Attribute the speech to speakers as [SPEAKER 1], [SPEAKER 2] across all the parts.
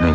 [SPEAKER 1] 当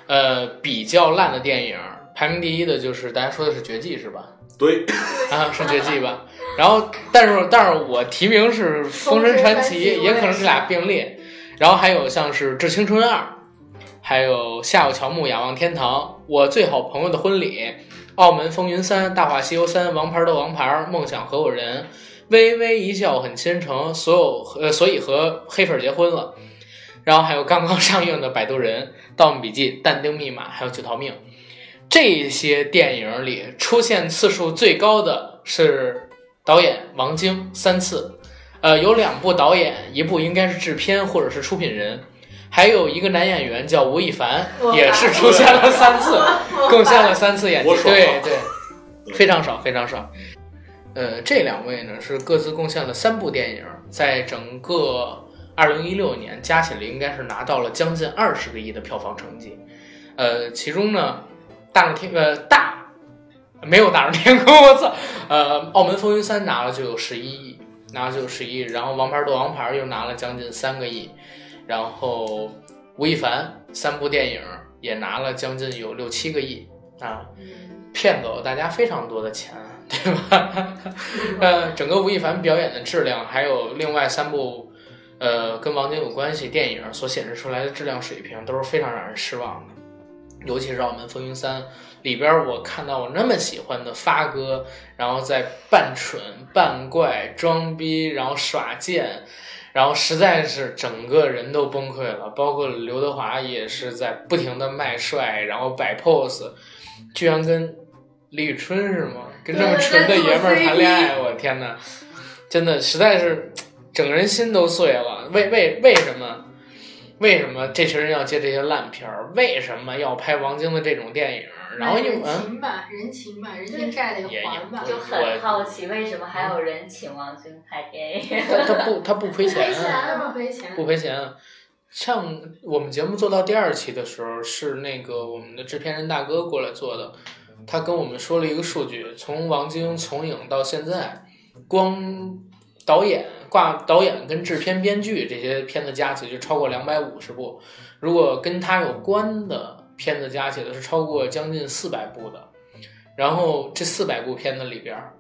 [SPEAKER 2] 呃，比较烂的电影排名第一的就是大家说的是《绝技》是吧？
[SPEAKER 3] 对，
[SPEAKER 2] 啊，是《绝技》吧？然后，但是但是我提名是《封神传奇》，
[SPEAKER 4] 封神传奇
[SPEAKER 2] 也可能是俩并列。然后还有像是《致青春二》，还有《下有乔木》《仰望天堂》，《我最好朋友的婚礼》，《澳门风云三》，《大话西游三》，《王牌的王牌》，《梦想合伙人》，《微微一笑很倾城》，所有呃，所以和黑粉结婚了。然后还有刚刚上映的《摆渡人》《盗墓笔记》《但丁密码》，还有《九条命》。这些电影里出现次数最高的是导演王晶三次，呃，有两部导演，一部应该是制片或者是出品人，还有一个男演员叫吴亦凡，
[SPEAKER 4] 我
[SPEAKER 2] 也是出现了三次，贡献了三次演技
[SPEAKER 3] 我，爽
[SPEAKER 2] 对
[SPEAKER 3] 了
[SPEAKER 2] 对，非常少非常少。呃，这两位呢是各自贡献了三部电影，在整个二零一六年加起来应该是拿到了将近二十个亿的票房成绩。呃，其中呢，大闹天呃大没有大闹天宫，我操，呃，澳门风云三拿了就有十一亿，拿了就有十一亿，然后王牌对王牌又拿了将近三个亿，然后吴亦凡三部电影也拿了将近有六七个亿啊，骗走了大家非常多的钱，对吧？ 呃，整个吴亦凡表演的质量，还有另外三部呃跟王晶有关系电影所显示出来的质量水平，都是非常让人失望的。尤其是《澳门风云三》里边儿，我看到我那么喜欢的发哥，然后在扮蠢、扮怪、装逼，然后耍贱，然后实在是整个人都崩溃了。包括刘德华也是在不停的卖帅，然后摆 pose，居然跟李宇春是吗？跟这么纯的爷们儿谈恋爱，我天哪！真的实在是整个人心都碎了。为为为什么？为什么这群人要接这些烂片儿？为什么要拍王晶的这种电影？然后
[SPEAKER 4] 人
[SPEAKER 2] 因为
[SPEAKER 4] 情吧，人情吧，人家债得
[SPEAKER 2] 也也
[SPEAKER 4] 还 吧
[SPEAKER 2] 不，
[SPEAKER 3] 就很好奇为什么还有人请王晶拍电影。
[SPEAKER 2] 他他不他不亏钱啊
[SPEAKER 4] 赔，钱了不赔钱？啊
[SPEAKER 2] 不赔钱。像我们节目做到第二期的时候，是那个我们的制片人大哥过来做的，他跟我们说了一个数据，从王晶从影到现在，光导演挂导演跟制片、编剧这些片子加起来就超过两百五十部，如果跟他有关的片子加起来是超过将近四百部的，然后这四百部片子里边儿，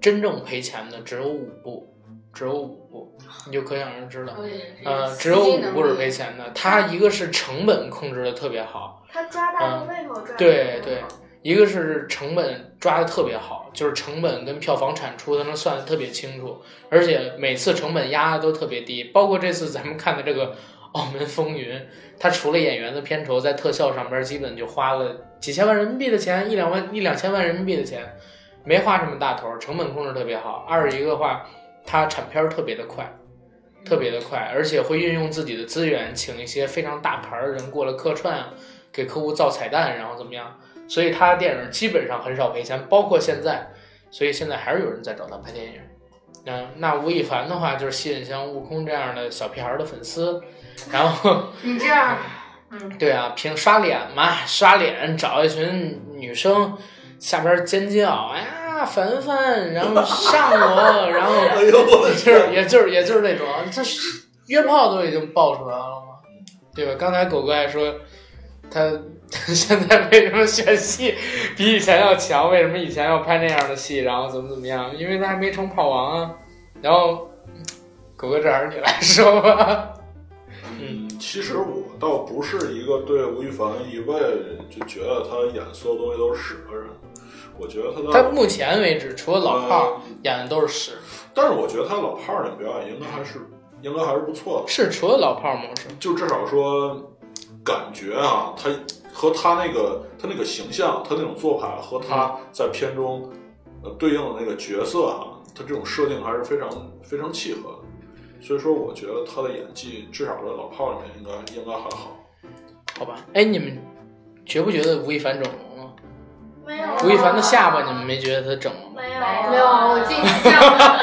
[SPEAKER 2] 真正赔钱的只有五部，只有五部，你就可想而知了。
[SPEAKER 4] 我也是
[SPEAKER 2] 呃，只有
[SPEAKER 4] 实际
[SPEAKER 2] 五
[SPEAKER 4] 能
[SPEAKER 2] 部是
[SPEAKER 4] 力
[SPEAKER 2] 赔钱的。它一个是成本控制的特别好，
[SPEAKER 5] 他抓大陆胃口抓的
[SPEAKER 2] 对对一个是成本抓的特别好，就是成本跟票房产出它能算的特别清楚，而且每次成本压的都特别低。包括这次咱们看的这个《澳门风云》，它除了演员的片酬，在特效上边基本就花了几千万人民币的钱，一两万一两千万人民币的钱，没花什么大头，成本控制特别好。二一个话，它产片儿特别的快。特别的快，而且会运用自己的资源，请一些非常大牌儿的人过来客串啊，给客户造彩蛋，然后怎么样？所以他的电影基本上很少赔钱，包括现在，所以现在还是有人在找他拍电影。那那吴亦凡的话，就是吸引像悟空这样的小屁孩儿的粉丝，然后
[SPEAKER 4] 你这样，嗯，
[SPEAKER 2] 对啊，凭刷脸嘛，刷脸找一群女生下边儿尖叫，哎呀，凡凡，然后上我，然后
[SPEAKER 6] 哎呦我的
[SPEAKER 2] 就是
[SPEAKER 6] 天！
[SPEAKER 2] 也就是也就是那种，就是约炮都已经爆出来了嘛，对吧？刚才狗哥还说他他现在为什么选戏比以前要强，为什么以前要拍那样的戏，然后怎么怎么样？因为他还没成炮王啊。然后狗哥这还是你来说
[SPEAKER 6] 呃
[SPEAKER 2] 吧，
[SPEAKER 6] 嗯，其实我倒不是一个对吴亦凡一味就觉得他演所有东西都是屎的人，我觉得他
[SPEAKER 2] 他
[SPEAKER 6] 的
[SPEAKER 2] 目前为止除了老炮儿
[SPEAKER 6] 嗯
[SPEAKER 2] 演的都是屎，
[SPEAKER 6] 但是我觉得他老炮儿的表演应该还是应该还是不错的，
[SPEAKER 2] 是除了老炮儿模式，
[SPEAKER 6] 就至少说感觉啊，他和他那个他那个形象，他那种做法和
[SPEAKER 2] 嗯
[SPEAKER 6] 他在片中呃对应的那个角色啊，他这种设定还是非常非常契合的。所以说，我觉得他的演技至少在老炮儿里面应该应该还好。
[SPEAKER 2] 好吧？哎，你们觉不觉得吴亦凡整容了？
[SPEAKER 5] 没有啊
[SPEAKER 2] 吴亦凡的下巴你们没觉得他整了吗？
[SPEAKER 5] 没有啊
[SPEAKER 4] 没有，我
[SPEAKER 3] 啊
[SPEAKER 4] 近期见了，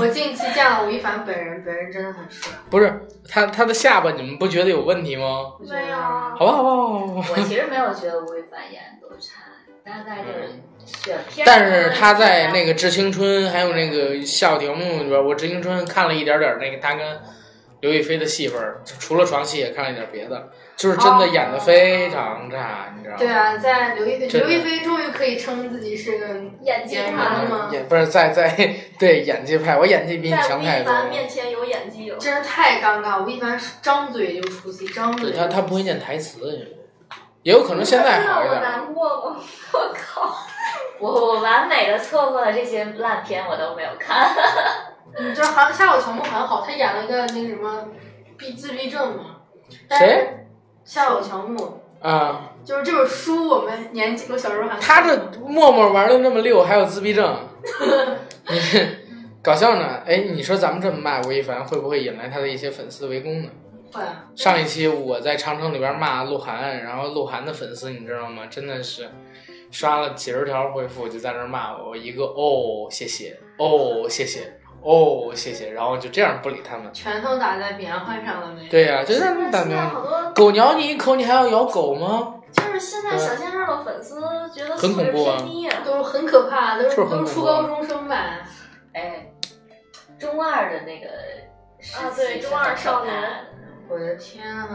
[SPEAKER 4] 我近期见了吴亦凡本人，本人真的很帅，
[SPEAKER 2] 不是他他的下巴，你们不觉得有问题吗？
[SPEAKER 4] 我觉得
[SPEAKER 5] 没有啊，
[SPEAKER 2] 好吧，好吧，好吧好吧。
[SPEAKER 3] 我其实没有觉得吴亦凡演的多差，大概就是选片。
[SPEAKER 2] 但是他在那个《致青春》还有那个《笑傲条目》里边，我《致青春》看了一点点那个他跟刘亦菲的戏份儿，就除了床戏也看了一点别的，就是真
[SPEAKER 5] 哦
[SPEAKER 2] 的演的非常差，你知道吗？
[SPEAKER 4] 对啊，在刘亦菲，
[SPEAKER 2] 真的
[SPEAKER 4] 刘亦菲终于可以称自己是个
[SPEAKER 5] 演技
[SPEAKER 4] 演
[SPEAKER 5] 派
[SPEAKER 4] 员了吗？
[SPEAKER 2] 嗯也不是在 在对演技派，我演技比你
[SPEAKER 5] 在
[SPEAKER 2] 强
[SPEAKER 5] 吴
[SPEAKER 2] 太
[SPEAKER 5] 亦
[SPEAKER 2] 多
[SPEAKER 5] 凡
[SPEAKER 2] 了。
[SPEAKER 5] 面前有演技有，
[SPEAKER 4] 真是太尴尬，吴亦凡是张嘴就出戏，张嘴
[SPEAKER 2] 对
[SPEAKER 4] 就
[SPEAKER 2] 他他不会念台词，也有可能现在好一
[SPEAKER 5] 我
[SPEAKER 2] 点。
[SPEAKER 5] 难过吗？我靠，
[SPEAKER 3] 我我完美的错过了这些烂片，我都没有看。
[SPEAKER 4] 你知道韩夏小乔木很好，他演了一个那个什么闭自闭症嘛，但
[SPEAKER 2] 谁
[SPEAKER 4] 是夏小乔木。
[SPEAKER 2] 啊、
[SPEAKER 4] 就是这本书，我们年纪我小时候还
[SPEAKER 2] 他
[SPEAKER 4] 看
[SPEAKER 2] 这
[SPEAKER 4] 过
[SPEAKER 2] 默默玩的那么溜，还有自闭症，你搞笑呢？哎，你说咱们这么骂吴亦凡，会不会引来他的一些粉丝围攻呢？
[SPEAKER 4] 会啊，
[SPEAKER 2] 上一期我在长城里边骂鹿晗，然后鹿晗的粉丝你知道吗？真的是刷了几十条回复，就在那儿骂我，一个哦谢谢，哦谢谢，哦谢谢，然后就这样不理他们。
[SPEAKER 4] 拳头打在棉花上了没？，
[SPEAKER 2] 对呀、就让他们
[SPEAKER 5] 现
[SPEAKER 2] 打
[SPEAKER 5] 在
[SPEAKER 2] 喵。
[SPEAKER 5] 好多
[SPEAKER 2] 狗咬你一口，你还要咬狗吗？
[SPEAKER 5] 就是现在小鲜肉的粉丝觉得素
[SPEAKER 2] 很恐
[SPEAKER 5] 质
[SPEAKER 2] 怖啊
[SPEAKER 5] 偏低啊，
[SPEAKER 4] 都是很可怕，都
[SPEAKER 2] 是
[SPEAKER 4] 是
[SPEAKER 2] 很恐怖
[SPEAKER 4] 都是初高中生吧。
[SPEAKER 3] 哎，中二的那个时期
[SPEAKER 5] 啊对
[SPEAKER 3] 是
[SPEAKER 5] 中二
[SPEAKER 3] 很可
[SPEAKER 5] 少年
[SPEAKER 3] 怕的
[SPEAKER 4] 我的天呐，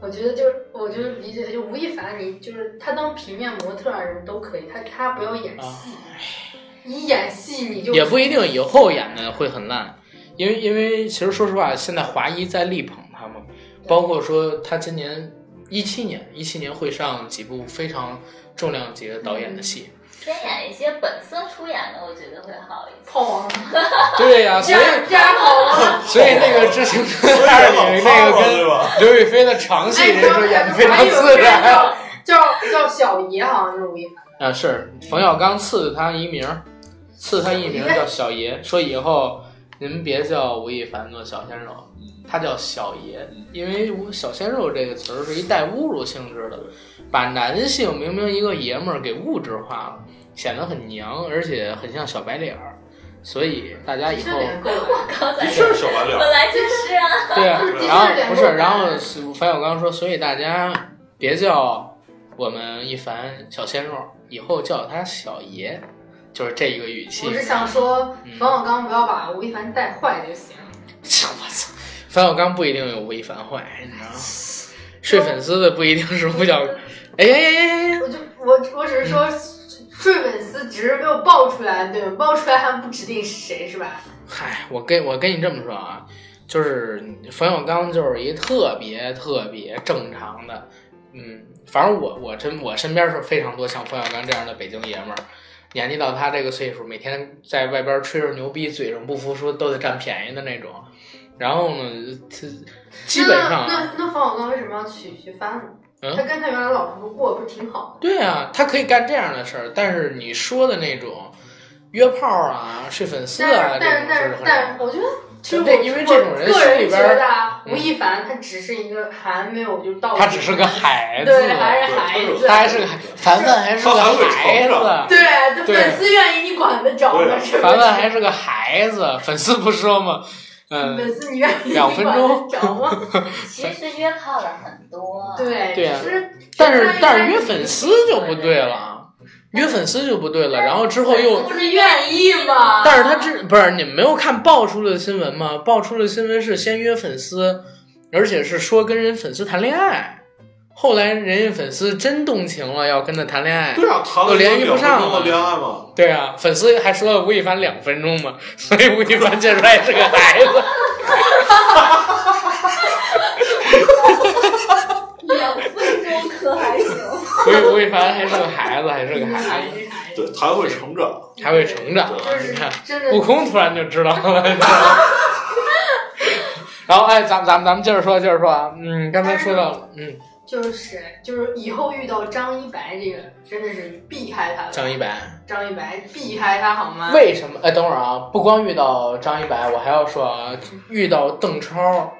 [SPEAKER 4] 我觉得就是，我就是理解，就吴亦凡，你就是他当平面模特啊什么都可以，他他不要演戏，你演戏你就
[SPEAKER 2] 也不一定以后演的会很烂，因为因为其实说实话，现在华谊在力捧他们，包括说他今年一七年一七年会上几部非常重量级的导演的戏。
[SPEAKER 3] 先演一些本色出演的，我觉得会好一些。
[SPEAKER 4] 炮王，
[SPEAKER 2] 对 呀、
[SPEAKER 4] 这
[SPEAKER 2] 所以
[SPEAKER 4] 样这样好吗？
[SPEAKER 2] 所以那个《知行
[SPEAKER 6] 所以
[SPEAKER 2] 合 二》里面那
[SPEAKER 6] 老炮儿嘛对
[SPEAKER 2] 个
[SPEAKER 6] 吧？
[SPEAKER 2] 跟刘亦菲的床戏，这时候演的非常自
[SPEAKER 4] 哎
[SPEAKER 2] 然。
[SPEAKER 4] 然。叫叫小爷好像就是吴亦凡，
[SPEAKER 2] 啊，是冯小刚赐他一名儿，赐他一名儿叫小爷，说以后您别叫吴亦凡做小鲜肉，
[SPEAKER 6] 嗯
[SPEAKER 2] 他叫小爷，因为“小鲜肉”这个词儿是一带侮辱性质的，把男性明明一个爷们儿给物质化了，显得很娘，而且很像小白脸儿，所以大家以
[SPEAKER 4] 这
[SPEAKER 2] 后
[SPEAKER 4] 脸够了，
[SPEAKER 5] 刚才
[SPEAKER 6] 的确是小白脸
[SPEAKER 5] 本来就是啊，
[SPEAKER 2] 对啊，
[SPEAKER 6] 对
[SPEAKER 2] 然后
[SPEAKER 4] 这是
[SPEAKER 2] 不是，
[SPEAKER 4] 两
[SPEAKER 2] 然
[SPEAKER 4] 个
[SPEAKER 2] 后是樊小刚说，所以大家别叫我们一凡小鲜肉，以后叫他小爷，就是这一个语气
[SPEAKER 4] 我。是想说
[SPEAKER 2] 嗯，
[SPEAKER 4] 冯小刚不要把吴亦凡带坏就行。
[SPEAKER 2] 我操，樊小刚不一定有吴亦凡坏，你知道 吗？睡粉丝的不一定是吴小，哎呀呀呀呀呀！
[SPEAKER 4] 我就我我只是说，追粉丝只是没有爆出来，对吧？爆出来还不指定是谁，是吧？
[SPEAKER 2] 嗨，我跟我跟你这么说啊，就是冯小刚就是一特别特别正常的，嗯，反正我我真我身边是非常多像冯小刚这样的北京爷们儿，年纪到他这个岁数，每天在外边吹着牛逼，嘴上不服输，都得占便宜的那种。然后呢，他基本上
[SPEAKER 4] 那
[SPEAKER 2] 啊
[SPEAKER 4] 那那冯小刚为什么要娶徐帆呢？
[SPEAKER 2] 嗯
[SPEAKER 4] 他跟他原来老婆过不是挺好
[SPEAKER 2] 对啊，他可以干这样的事儿，但是你说的那种约炮啊、睡粉
[SPEAKER 4] 的？
[SPEAKER 2] 丝
[SPEAKER 4] 但
[SPEAKER 2] 啊这种
[SPEAKER 4] 是，
[SPEAKER 2] 事
[SPEAKER 4] 但是但
[SPEAKER 2] 儿
[SPEAKER 4] 是
[SPEAKER 2] 很
[SPEAKER 4] 但
[SPEAKER 2] 少
[SPEAKER 4] 是，我觉得其实
[SPEAKER 2] 对
[SPEAKER 4] 我
[SPEAKER 2] 因为
[SPEAKER 4] 我
[SPEAKER 2] 这种人
[SPEAKER 4] 个
[SPEAKER 2] 心里
[SPEAKER 4] 人觉
[SPEAKER 2] 边儿
[SPEAKER 4] 得啊
[SPEAKER 2] 嗯
[SPEAKER 4] 吴亦凡他只是一个还没有就到，
[SPEAKER 2] 他只是个孩子，啊
[SPEAKER 4] 对，还是孩
[SPEAKER 6] 对他是
[SPEAKER 4] 子，
[SPEAKER 2] 他还是个孩凡凡，还是个
[SPEAKER 6] 他还会
[SPEAKER 2] 孩
[SPEAKER 6] 成
[SPEAKER 2] 子
[SPEAKER 6] 长。
[SPEAKER 4] 对，这
[SPEAKER 2] 对
[SPEAKER 4] 粉丝愿意你管得着
[SPEAKER 6] 对
[SPEAKER 4] 吗？是吧
[SPEAKER 2] 凡凡还是个孩子，粉丝不说吗？嗯，
[SPEAKER 4] 粉丝你愿意你
[SPEAKER 2] 两分
[SPEAKER 4] 管
[SPEAKER 2] 钟
[SPEAKER 4] 得着吗？
[SPEAKER 3] 其实约炮的很多，，
[SPEAKER 4] 对，
[SPEAKER 2] 对啊
[SPEAKER 4] 只是
[SPEAKER 2] 但是但是约粉丝就不对了，约粉丝就不对了。然后之后又，
[SPEAKER 4] 不是愿意 吗？
[SPEAKER 2] 但是他之不是你们没有看爆出的新闻吗？爆出的新闻是先约粉丝，而且是说跟人粉丝谈恋爱，后来人家粉丝真动情了，要跟他谈恋爱。
[SPEAKER 6] 对啊，谈了
[SPEAKER 2] 都联系不上
[SPEAKER 6] 两分钟
[SPEAKER 2] 了
[SPEAKER 6] 的恋爱嘛，
[SPEAKER 2] 对啊，粉丝还说了吴亦凡两分钟嘛，所以吴亦凡这时候也是个孩子。
[SPEAKER 5] 两分钟可还行？
[SPEAKER 2] 所以吴亦凡还是个孩子，还是个孩子。
[SPEAKER 4] 还
[SPEAKER 6] 对，他会成长。
[SPEAKER 2] 还会成长啊！
[SPEAKER 4] 就
[SPEAKER 2] 你
[SPEAKER 4] 是
[SPEAKER 2] 看，
[SPEAKER 4] 真的
[SPEAKER 2] 悟空突然就知道了。你知道吗 然后，哎，咱咱咱们接着说，接着说啊，嗯，刚才说到了，嗯，
[SPEAKER 4] 就是就是以后遇到张一白这个，真的是避开他吧。
[SPEAKER 2] 张一白
[SPEAKER 4] 张一白避开他好吗？
[SPEAKER 2] 为什么？哎，等会儿啊，不光遇到张一白，我还要说啊，遇到邓超，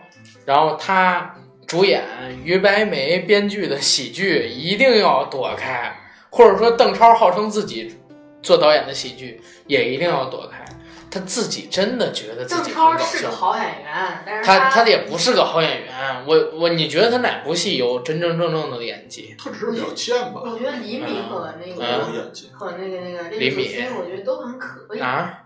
[SPEAKER 2] 然后他主演于白眉编剧的喜剧，一定要躲开，或者说邓超号称自己做导演的喜剧，也一定要躲开。他自己真的觉得自
[SPEAKER 4] 邓
[SPEAKER 2] 己很搞
[SPEAKER 4] 超
[SPEAKER 2] 笑。
[SPEAKER 4] 是个好演员，啊但是
[SPEAKER 2] 他他
[SPEAKER 4] 他
[SPEAKER 2] 也不是个好演员，我我你觉得他哪部戏有真真正正的演技？
[SPEAKER 6] 他只是比较贱吧，
[SPEAKER 4] 我觉得李敏和那
[SPEAKER 6] 没有
[SPEAKER 4] 个
[SPEAKER 6] 演技。
[SPEAKER 4] 和那个那个
[SPEAKER 2] 嗯李
[SPEAKER 4] 烈
[SPEAKER 2] 敏啊
[SPEAKER 4] 日灼心，我觉得都很可以。
[SPEAKER 2] 哪儿？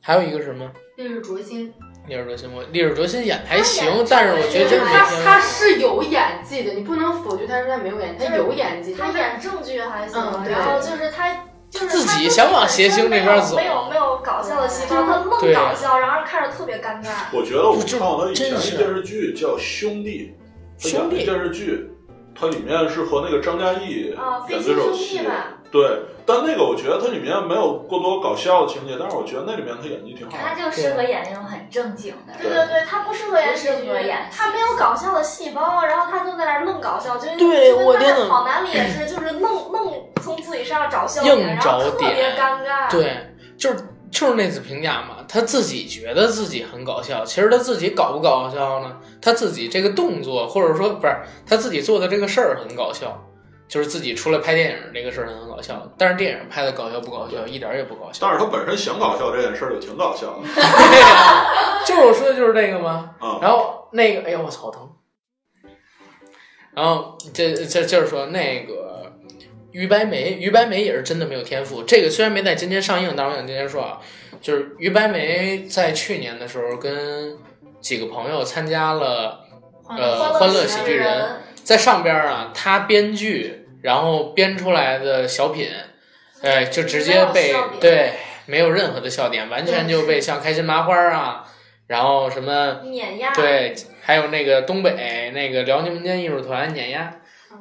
[SPEAKER 2] 还有一个什么
[SPEAKER 4] 烈日灼
[SPEAKER 2] 《
[SPEAKER 4] 心，
[SPEAKER 2] 烈日灼心》？我《烈日灼心》演的还
[SPEAKER 5] 他
[SPEAKER 2] 行
[SPEAKER 5] 演，
[SPEAKER 2] 但是我觉得真
[SPEAKER 4] 就是
[SPEAKER 2] 没
[SPEAKER 4] 他
[SPEAKER 2] 听
[SPEAKER 4] 他
[SPEAKER 2] 过。
[SPEAKER 4] 是有演技的，你不能否决他说他没有演技，他有演技。
[SPEAKER 5] 他演正剧还行，
[SPEAKER 4] 嗯对
[SPEAKER 5] 然后就是他。就是他
[SPEAKER 2] 自己想往谐星那边走
[SPEAKER 5] 没有没有搞笑的细胞，他愣
[SPEAKER 2] 对
[SPEAKER 5] 搞笑，然后看着特别尴尬。
[SPEAKER 6] 我觉得我
[SPEAKER 2] 就
[SPEAKER 6] 看过他以前
[SPEAKER 2] 真是
[SPEAKER 6] 一电视剧叫《兄弟》，他演
[SPEAKER 2] 兄弟
[SPEAKER 6] 的电视剧，它里面是和那个张嘉译
[SPEAKER 5] 啊
[SPEAKER 6] 演这首戏
[SPEAKER 5] 飞机兄弟吧。
[SPEAKER 6] 对，但那个我觉得它里面没有过多搞笑的情节，但是我觉得那里面他演技挺好
[SPEAKER 3] 他
[SPEAKER 6] 的。
[SPEAKER 3] 就适合演那种很正经的。
[SPEAKER 5] 对对对，他不适合演喜
[SPEAKER 3] 不适合
[SPEAKER 5] 剧
[SPEAKER 3] 演，
[SPEAKER 5] 他没有搞笑的细胞，然后他就在那儿愣搞笑，就是
[SPEAKER 2] 对我天哪
[SPEAKER 5] 跑男里也是，就是愣愣从自己身上找笑
[SPEAKER 2] 硬
[SPEAKER 5] 点，然
[SPEAKER 2] 找
[SPEAKER 5] 后特
[SPEAKER 2] 点
[SPEAKER 5] 别尴尬。，
[SPEAKER 2] 对，就是就是那次评价嘛，他自己觉得自己很搞笑，其实他自己搞不搞笑呢？他自己这个动作，或者说不是他自己做的这个事儿很搞笑，就是自己出来拍电影这个事儿很搞笑，但是电影拍的搞笑不搞笑，一点儿也不搞笑。
[SPEAKER 6] 但是他本身想搞笑这件事儿就挺搞笑的
[SPEAKER 2] 对呀， 就是我说的就是这个吗？
[SPEAKER 6] 啊。
[SPEAKER 2] 然后那个，哎呦我操，疼。然后这这就是说那个于白眉，于白眉也是真的没有天赋。这个虽然没在今天上映，但是我想今天说啊，就是于白眉在去年的时候跟几个朋友参加了呃欢乐喜剧人，，在上边儿啊，他编剧然后编出来的小品，呃，就直接被
[SPEAKER 5] 没有笑点
[SPEAKER 2] 对没有任何的笑点，完全就被像开心麻花啊，然后什么。
[SPEAKER 5] 碾压。
[SPEAKER 2] 对，还有那个东北那个辽宁民间艺术团碾压，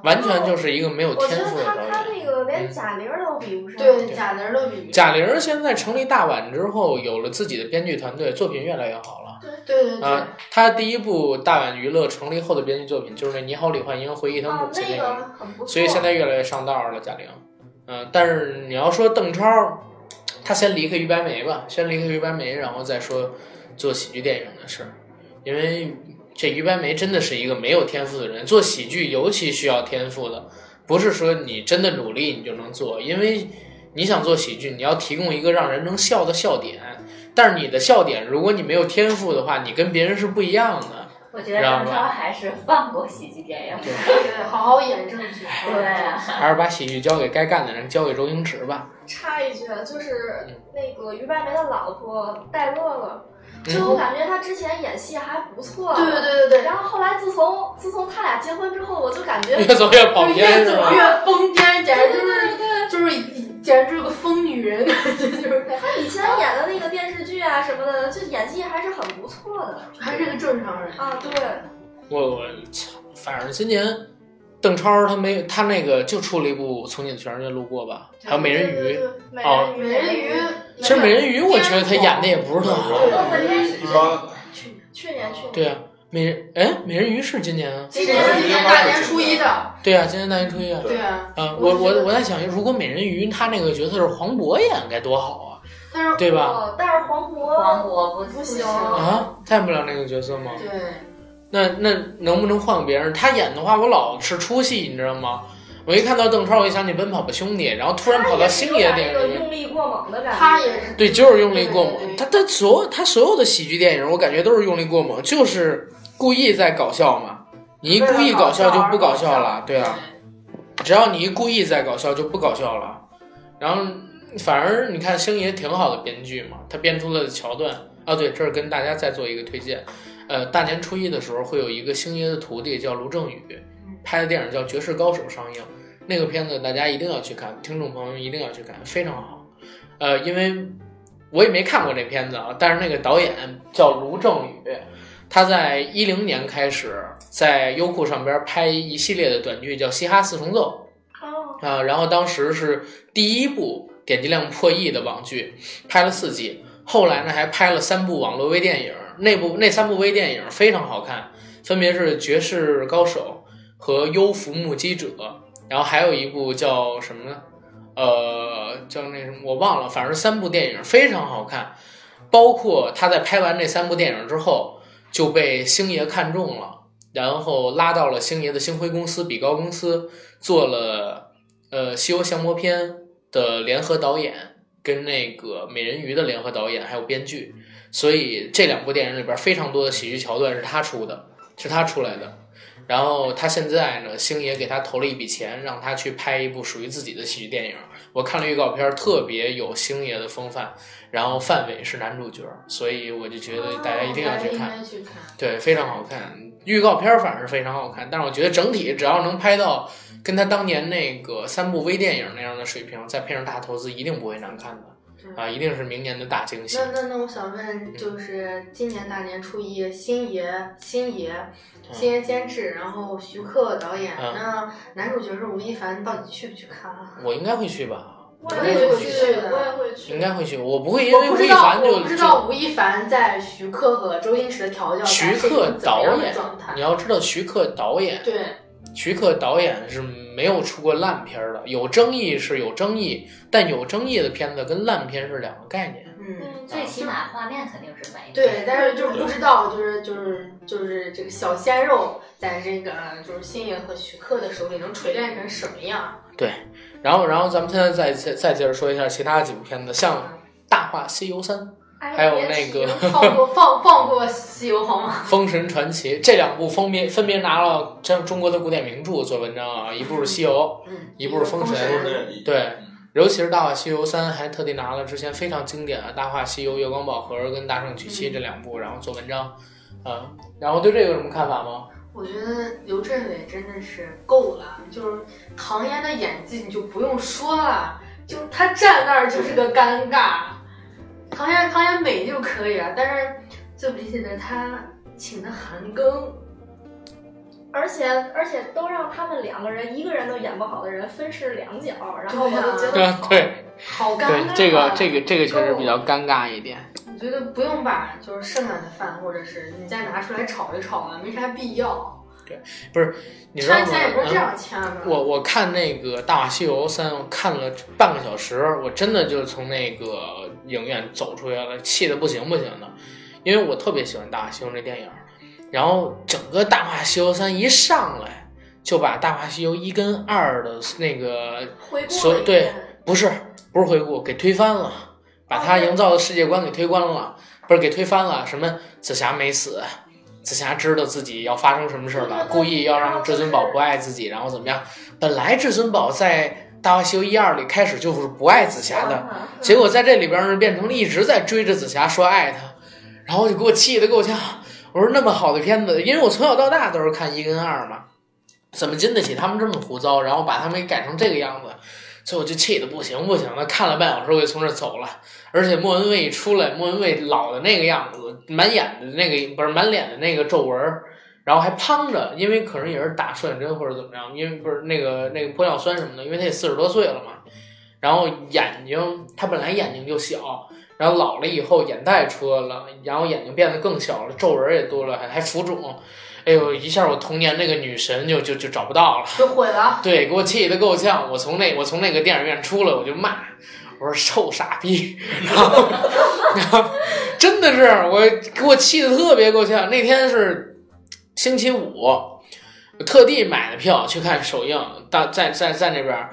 [SPEAKER 2] 完全就是一个没有
[SPEAKER 5] 嗯我觉
[SPEAKER 2] 天
[SPEAKER 5] 得
[SPEAKER 2] 赋的
[SPEAKER 5] 他
[SPEAKER 2] 导
[SPEAKER 5] 他
[SPEAKER 2] 演。
[SPEAKER 5] 那个连贾玲儿都比不上。
[SPEAKER 4] 对贾玲都比
[SPEAKER 2] 贾玲儿现在成立大碗之后，有了自己的编剧团队，作品越来越好了。
[SPEAKER 4] 对对对
[SPEAKER 2] 啊，她第一部大碗娱乐成立后的编剧作品就是那《你好，李焕英》回忆她
[SPEAKER 5] 哦
[SPEAKER 2] 母，亲
[SPEAKER 5] 那
[SPEAKER 2] 嗯个，
[SPEAKER 5] 个很不错。
[SPEAKER 2] 所以现在越来越上道了。贾玲，嗯、但是你要说邓超，他先离开于白眉吧，先离开于白眉，然后再说做喜剧电影的事儿，因为这于白梅真的是一个没有天赋的人，做喜剧尤其需要天赋的，不是说你真的努力你就能做，因为你想做喜剧，你要提供一个让人能笑的笑点，但是你的笑点如果你没有天赋的话，你跟别人是不一样的。
[SPEAKER 3] 我觉得张超还是放过喜剧电影。
[SPEAKER 4] 对，好好演正剧。
[SPEAKER 3] 对啊，
[SPEAKER 2] 还是把喜剧交给该干的人，交给周星驰吧。
[SPEAKER 5] 插一句，啊就是那个于白梅的老婆戴乐乐，
[SPEAKER 2] 嗯
[SPEAKER 5] 就我感觉她之前演戏还不错。
[SPEAKER 4] 对对对对对，
[SPEAKER 5] 然后后来自从自从他俩结婚之后，我就感觉
[SPEAKER 2] 越走越 跑偏
[SPEAKER 4] 越
[SPEAKER 2] 是
[SPEAKER 4] 走
[SPEAKER 2] 吧？
[SPEAKER 4] 越疯癫，简
[SPEAKER 5] 对
[SPEAKER 4] 直就
[SPEAKER 5] 对
[SPEAKER 4] 是
[SPEAKER 5] 对对，
[SPEAKER 4] 就是简直就是个疯女人，感觉就是
[SPEAKER 5] 她以前演的那个电视剧啊什么的，就演技还是很不错的
[SPEAKER 4] 还是个正常人。
[SPEAKER 5] 啊。对，
[SPEAKER 2] 我我操，反正今年邓超他没他那个就出了一部《从你的全世界路过》吧，还有《美人
[SPEAKER 4] 对
[SPEAKER 2] 鱼》。
[SPEAKER 4] 对
[SPEAKER 5] 美
[SPEAKER 2] 哦
[SPEAKER 5] 人
[SPEAKER 4] 对
[SPEAKER 5] 鱼，
[SPEAKER 4] 美人鱼，
[SPEAKER 2] 其实《美人鱼》我觉得他演的也不是特好。
[SPEAKER 6] 我们一般
[SPEAKER 4] 去
[SPEAKER 5] 去年去年
[SPEAKER 2] 对啊，美人哎，美人鱼是今年啊？
[SPEAKER 4] 今年今年大年初一的，
[SPEAKER 2] 对啊，今年大年初一啊。
[SPEAKER 6] 对
[SPEAKER 4] 对啊，
[SPEAKER 2] 啊，我我我在想，如果美人鱼他那个角色是黄渤演，该多好啊，
[SPEAKER 4] 但是
[SPEAKER 2] 对吧？
[SPEAKER 5] 哦，但是黄渤
[SPEAKER 3] 黄渤不
[SPEAKER 5] 不
[SPEAKER 3] 不
[SPEAKER 5] 行，
[SPEAKER 2] 啊，他演不了那个角色吗？
[SPEAKER 4] 对。
[SPEAKER 2] 那那能不能换个别人？他演的话，我老吃出戏，你知道吗？我一看到邓超，我就想起《奔跑吧兄弟》，然后突然跑到星爷电
[SPEAKER 5] 他也是有点那
[SPEAKER 2] 影里
[SPEAKER 5] 个
[SPEAKER 2] 面。
[SPEAKER 5] 用力过猛的感觉。
[SPEAKER 4] 他也是
[SPEAKER 2] 对，就是用力过
[SPEAKER 4] 对
[SPEAKER 2] 猛。
[SPEAKER 4] 对对
[SPEAKER 2] 他他所有他所有的喜剧电影，我感觉都是用力过猛，就是故意在搞笑嘛。你一故意搞笑就不搞笑了，对啊。只要你一故意在搞笑就不搞笑了。然后反而你看星爷挺好的编剧嘛，他编出了桥段啊。对，这儿跟大家再做一个推荐，呃，大年初一的时候会有一个星爷的徒弟叫卢正雨拍的电影叫《绝世高手》上映，那个片子大家一定要去看，听众朋友们一定要去看，非常好。呃，因为我也没看过这片子啊，但是那个导演叫卢正雨，他在一零年开始在优酷上边拍一系列的短剧，叫《嘻哈四重奏》啊，然后当时是第一部点击量破亿的网剧，拍了四季，后来呢还拍了三部网络微电影，那部那三部微电影非常好看，分别是《绝世高手》和《幽浮目击者》，然后还有一部叫什么呢？呃，叫那什么我忘了，反正三部电影非常好看，包括他在拍完这三部电影之后就被星爷看中了，然后拉到了星爷的星辉公司比高公司做了呃《西游降魔篇》的联合导演，跟那个《美人鱼》的联合导演还有编剧，所以这两部电影里边非常多的喜剧桥段是他出的，是他出来的。然后他现在呢，星爷给他投了一笔钱，让他去拍一部属于自己的喜剧电影。我看了预告片儿，特别有星爷的风范，然后范伟是男主角，所以我就觉得大家一定要去看
[SPEAKER 4] 哦大家。应该去看。
[SPEAKER 2] 对，非常好看。预告片儿反而非常好看，但是我觉得整体只要能拍到跟他当年那个三部微电影那样的水平，再配上大投资，一定不会难看
[SPEAKER 4] 对
[SPEAKER 2] 的啊！一定是明年的大惊喜
[SPEAKER 4] 那。那那，我想
[SPEAKER 2] 嗯
[SPEAKER 4] 问，就是今年大年初一，星爷、星爷、星爷监制，然后徐克导演，
[SPEAKER 2] 嗯
[SPEAKER 4] 那男主角是吴亦凡，到底去不去看啊？
[SPEAKER 2] 我应该会去吧？
[SPEAKER 5] 我
[SPEAKER 4] 也
[SPEAKER 5] 也
[SPEAKER 4] 会
[SPEAKER 5] 会
[SPEAKER 4] 去
[SPEAKER 5] 去，我也会去。
[SPEAKER 2] 应该会去，我不会因
[SPEAKER 4] 我
[SPEAKER 2] 为
[SPEAKER 4] 不
[SPEAKER 2] 吴
[SPEAKER 4] 知
[SPEAKER 2] 亦
[SPEAKER 4] 道，
[SPEAKER 2] 凡
[SPEAKER 4] 我
[SPEAKER 2] 就
[SPEAKER 4] 不知
[SPEAKER 2] 就
[SPEAKER 4] 道吴亦凡在徐克和周星驰的调教下
[SPEAKER 2] 徐
[SPEAKER 4] 是一
[SPEAKER 2] 克
[SPEAKER 4] 种怎么
[SPEAKER 2] 导
[SPEAKER 4] 样的
[SPEAKER 2] 演
[SPEAKER 4] 状。态
[SPEAKER 2] 你。要知道，徐克导演，
[SPEAKER 4] 对，
[SPEAKER 2] 徐克导演是没有出过烂片儿的。有争议是有争议，但有争议的片子跟烂片是两个概念。
[SPEAKER 4] 嗯，
[SPEAKER 5] 嗯，
[SPEAKER 3] 最起码画面肯定是美的。
[SPEAKER 4] 对，但是就是不知道，就是就是就是这个小鲜肉在这个就是星爷和徐克的手里能锤炼成什么样？
[SPEAKER 2] 对，然后，然后咱们现在再再再接着说一下其他几部片子，像《大话西游三》《
[SPEAKER 5] 哎
[SPEAKER 2] 还有
[SPEAKER 5] 别
[SPEAKER 2] 那
[SPEAKER 5] 提
[SPEAKER 2] 个
[SPEAKER 5] 了
[SPEAKER 4] 放过放放过西游好吗？
[SPEAKER 2] 封神传奇》这两部分别分别拿了这中国的古典名著做文章啊，一部是《西游
[SPEAKER 4] 嗯，
[SPEAKER 2] 一部是封神
[SPEAKER 6] 都是那嗯一
[SPEAKER 2] 对》，尤其是《大话西游三》，还特地拿了之前非常经典的《大话西游》《月光宝盒》跟《大圣娶妻》这两部，然后做文章，啊，然后对这个有什么看法吗？
[SPEAKER 4] 我觉得刘镇伟真的是够了，就是唐嫣的演技你就不用说了，就他站那儿就是个尴尬。唐嫣唐嫣美就可以了，但是最不理解的他请的韩庚，
[SPEAKER 5] 而且而且都让他们两个人，一个人都演不好的人分饰两角，然后我
[SPEAKER 4] 对啊
[SPEAKER 5] 就觉
[SPEAKER 2] 对
[SPEAKER 5] 得
[SPEAKER 2] 啊 对
[SPEAKER 4] 好
[SPEAKER 2] 对
[SPEAKER 4] 尴尬。，
[SPEAKER 2] 这个这个这个确实比较尴尬一点。
[SPEAKER 4] 我觉得不用把就是剩下的饭，或者是你再拿出来炒一炒了，没啥必要。
[SPEAKER 2] 你知道吗
[SPEAKER 4] 圈？钱也不是
[SPEAKER 2] 嗯
[SPEAKER 4] 这样圈的。
[SPEAKER 2] 我我看那个《大话西游三》，我看了半个小时，我真的就从那个影院走出来了，气得不行不行的。因因为我特别喜欢《大话西游》这电影，然后整个《大话西游三》一上来就把《大话西游》一跟二的那个
[SPEAKER 5] 回顾
[SPEAKER 2] 所
[SPEAKER 5] 了
[SPEAKER 2] 以
[SPEAKER 5] 一
[SPEAKER 2] 对
[SPEAKER 5] 遍，
[SPEAKER 2] 不是不是回顾，给推翻了，把他营造的世界观给推翻了，不是给推翻了。什么紫霞没死，紫霞知道自己要发生什么事儿了，
[SPEAKER 5] 对对对
[SPEAKER 2] 故意要让至尊宝
[SPEAKER 5] 然后
[SPEAKER 2] 不
[SPEAKER 5] 就是
[SPEAKER 2] 爱自己，然后怎么样？本来至尊宝在《大话西游》一二里开始就是不爱紫霞的，
[SPEAKER 5] 啊
[SPEAKER 2] 结果在这里边儿呢变成了一直在追着紫霞说爱她，然后就给我气得够呛。我说那么好的片子，因为我从小到大都是看一跟二嘛，怎么经得起他们这么胡诌，然后把他们给改成这个样子？所以我就气得不行不行的，看了半小时我就从这儿走了。而且莫文蔚一出来，莫文蔚老的那个样子，满眼的那个不是满脸的那个皱纹儿，然后还胖着，因为可能也是打瘦脸针或者怎么样，因为不是那个那个玻尿酸什么的，因为他也四十多岁了嘛。然后眼睛，他本来眼睛就小，然后老了以后眼袋出来了，然后眼睛变得更小了，皱纹也多了，还还浮肿。哎呦，一下我童年那个女神就就就找不到了。
[SPEAKER 4] 就毁了。
[SPEAKER 2] 对，给我气得够呛。我从那我从那个电影院出来，我就骂，我说臭傻逼，然后然后真的是我给我气得特别够呛。那天是星期五，我特地买的票去看首映，到在在在那边儿，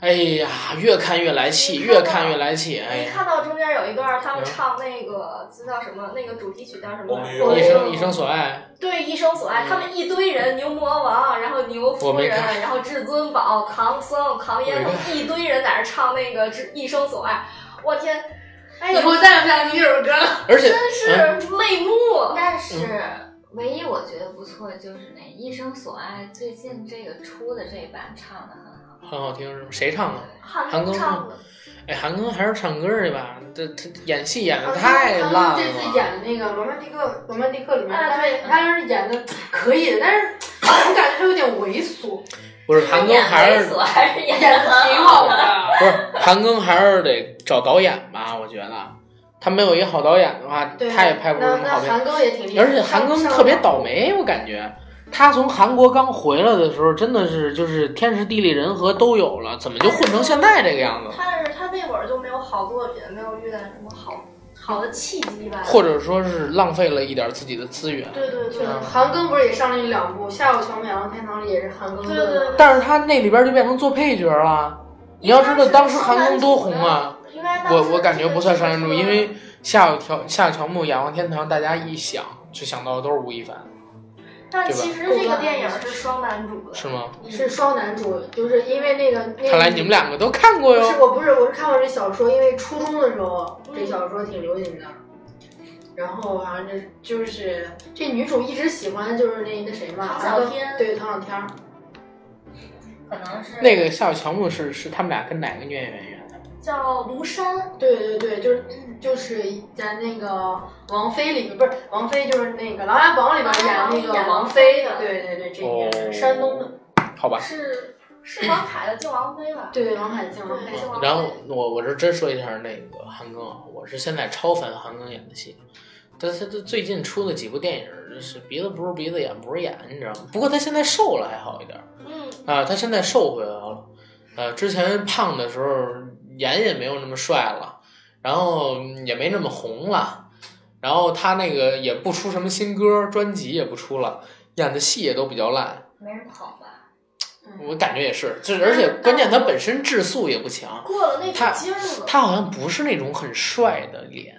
[SPEAKER 2] 哎呀，越看越来气，
[SPEAKER 5] 你看
[SPEAKER 2] 越
[SPEAKER 5] 到
[SPEAKER 2] 看越来气，哎
[SPEAKER 5] 你
[SPEAKER 2] 呀。
[SPEAKER 5] 看到中间有一段他
[SPEAKER 2] 嗯
[SPEAKER 5] 们唱那个这叫什么？那个主题曲叫什么来着？
[SPEAKER 6] 我
[SPEAKER 2] 一
[SPEAKER 6] 没
[SPEAKER 2] 生一生所爱，
[SPEAKER 5] 对，一生所爱，他们一堆人，牛魔王，然后牛
[SPEAKER 2] 嗯我
[SPEAKER 5] 夫
[SPEAKER 2] 没
[SPEAKER 5] 人，
[SPEAKER 2] 看
[SPEAKER 5] 然后至尊宝、唐僧、唐嫣，
[SPEAKER 2] 我
[SPEAKER 5] 他
[SPEAKER 2] 没
[SPEAKER 5] 们一堆人在那唱那个《一生所爱》，我天，哎
[SPEAKER 4] 以
[SPEAKER 5] 呦，
[SPEAKER 4] 后再也不想听这首歌了。
[SPEAKER 2] 而且
[SPEAKER 5] 真
[SPEAKER 2] 嗯
[SPEAKER 5] 是泪目。
[SPEAKER 3] 但是唯一我觉得不错的就是那《一生所爱》最近这个出的这一版唱的很好，
[SPEAKER 2] 很好听，是吗？谁唱的？
[SPEAKER 5] 汉
[SPEAKER 2] 庚
[SPEAKER 5] 庚唱的，
[SPEAKER 2] 哎，韩庚还是唱歌去吧，这他演戏演的
[SPEAKER 4] 唐
[SPEAKER 2] 太烂
[SPEAKER 4] 唐
[SPEAKER 2] 了。
[SPEAKER 4] 啊这次演那个《罗曼蒂克》《罗曼蒂克》里面，
[SPEAKER 5] 啊
[SPEAKER 4] 他
[SPEAKER 5] 对
[SPEAKER 4] 他是演的可以，但是我感觉他有点猥琐，
[SPEAKER 2] 不是韩庚还是
[SPEAKER 3] 所还是演
[SPEAKER 4] 演的
[SPEAKER 5] 啊
[SPEAKER 4] 挺好 的。
[SPEAKER 2] 不是韩庚还是得找导演吧？我觉得他没有一个好导演的话，
[SPEAKER 4] 对，
[SPEAKER 2] 他也拍不出
[SPEAKER 4] 那
[SPEAKER 2] 什么好
[SPEAKER 4] 那
[SPEAKER 2] 片。
[SPEAKER 4] 韩庚也挺厉害，
[SPEAKER 2] 而且韩庚特别倒霉，我感觉他从韩国刚回来的时候，真的是就是天时地利人和都有了，怎么就混成现在这个样子了？
[SPEAKER 5] 但是他那会儿就没有好作品，没有遇到什么好好的契机吧？
[SPEAKER 2] 或者说是浪费了一点自己的资源。
[SPEAKER 5] 对对对，
[SPEAKER 4] 嗯韩庚不是也上了一两部《夏有乔美郎天堂》里也是韩庚
[SPEAKER 5] 对
[SPEAKER 4] 的
[SPEAKER 5] 对对
[SPEAKER 2] 但是他那里边就变成做配角了。你要知道当时韩庚多红啊！
[SPEAKER 5] 应该当时
[SPEAKER 2] 我我感觉不算
[SPEAKER 5] 这
[SPEAKER 2] 上
[SPEAKER 5] 个
[SPEAKER 2] 人主，因为夏有乔夏有乔木、仰望天堂，大家一想就想到的都是吴亦凡，
[SPEAKER 5] 但
[SPEAKER 2] 对吧
[SPEAKER 5] 其实这个电影是双男主的，
[SPEAKER 2] 是吗？
[SPEAKER 3] 嗯
[SPEAKER 4] 是双男主，就是因为那个那个
[SPEAKER 2] 看来你们两个都看过
[SPEAKER 4] 不
[SPEAKER 2] 哟。
[SPEAKER 4] 是，我不是，我是看过这小说，因为初中的时候这小说挺流行的。然后好像这就是这女主一直喜欢就是那那谁嘛，
[SPEAKER 5] 唐
[SPEAKER 4] 然后
[SPEAKER 5] 小天
[SPEAKER 4] 对唐小天儿，
[SPEAKER 3] 可能是
[SPEAKER 2] 那个夏雨乔木是是他们俩跟哪个女演员演的？
[SPEAKER 5] 叫庐山，
[SPEAKER 4] 对对对，就是就是在那个王菲里面，不是王菲，就是那个《琅琊榜》里边演那
[SPEAKER 5] 演
[SPEAKER 4] 个
[SPEAKER 5] 王
[SPEAKER 4] 王菲
[SPEAKER 5] 菲的
[SPEAKER 4] 对对对，这个是哦山东的，
[SPEAKER 2] 哦好吧。
[SPEAKER 5] 是是王凯的靖王妃吧？
[SPEAKER 4] 对对，王凯靖，王
[SPEAKER 5] 对，
[SPEAKER 4] 凯靖
[SPEAKER 5] 靖。王妃。
[SPEAKER 2] 然后我我是真说一下那个韩庚啊，我是现在超烦韩庚演的戏，但是他他最近出的几部电影就是鼻子不是鼻子眼不是眼，你知道吗？不过他现在瘦了还好一点儿
[SPEAKER 5] 嗯，
[SPEAKER 2] 啊，他现在瘦回来了，呃，之前胖的时候颜也没有那么帅了，然后也没那么红了，然后他那个也不出什么新歌，专辑也不出了，演的戏也都比较烂，
[SPEAKER 3] 没人跑吧？
[SPEAKER 2] 我感觉也是，就是而且关键他本身质素也不强。
[SPEAKER 5] 过了那
[SPEAKER 2] 他
[SPEAKER 5] 股劲儿了。
[SPEAKER 2] 他好像不是那种很帅的脸，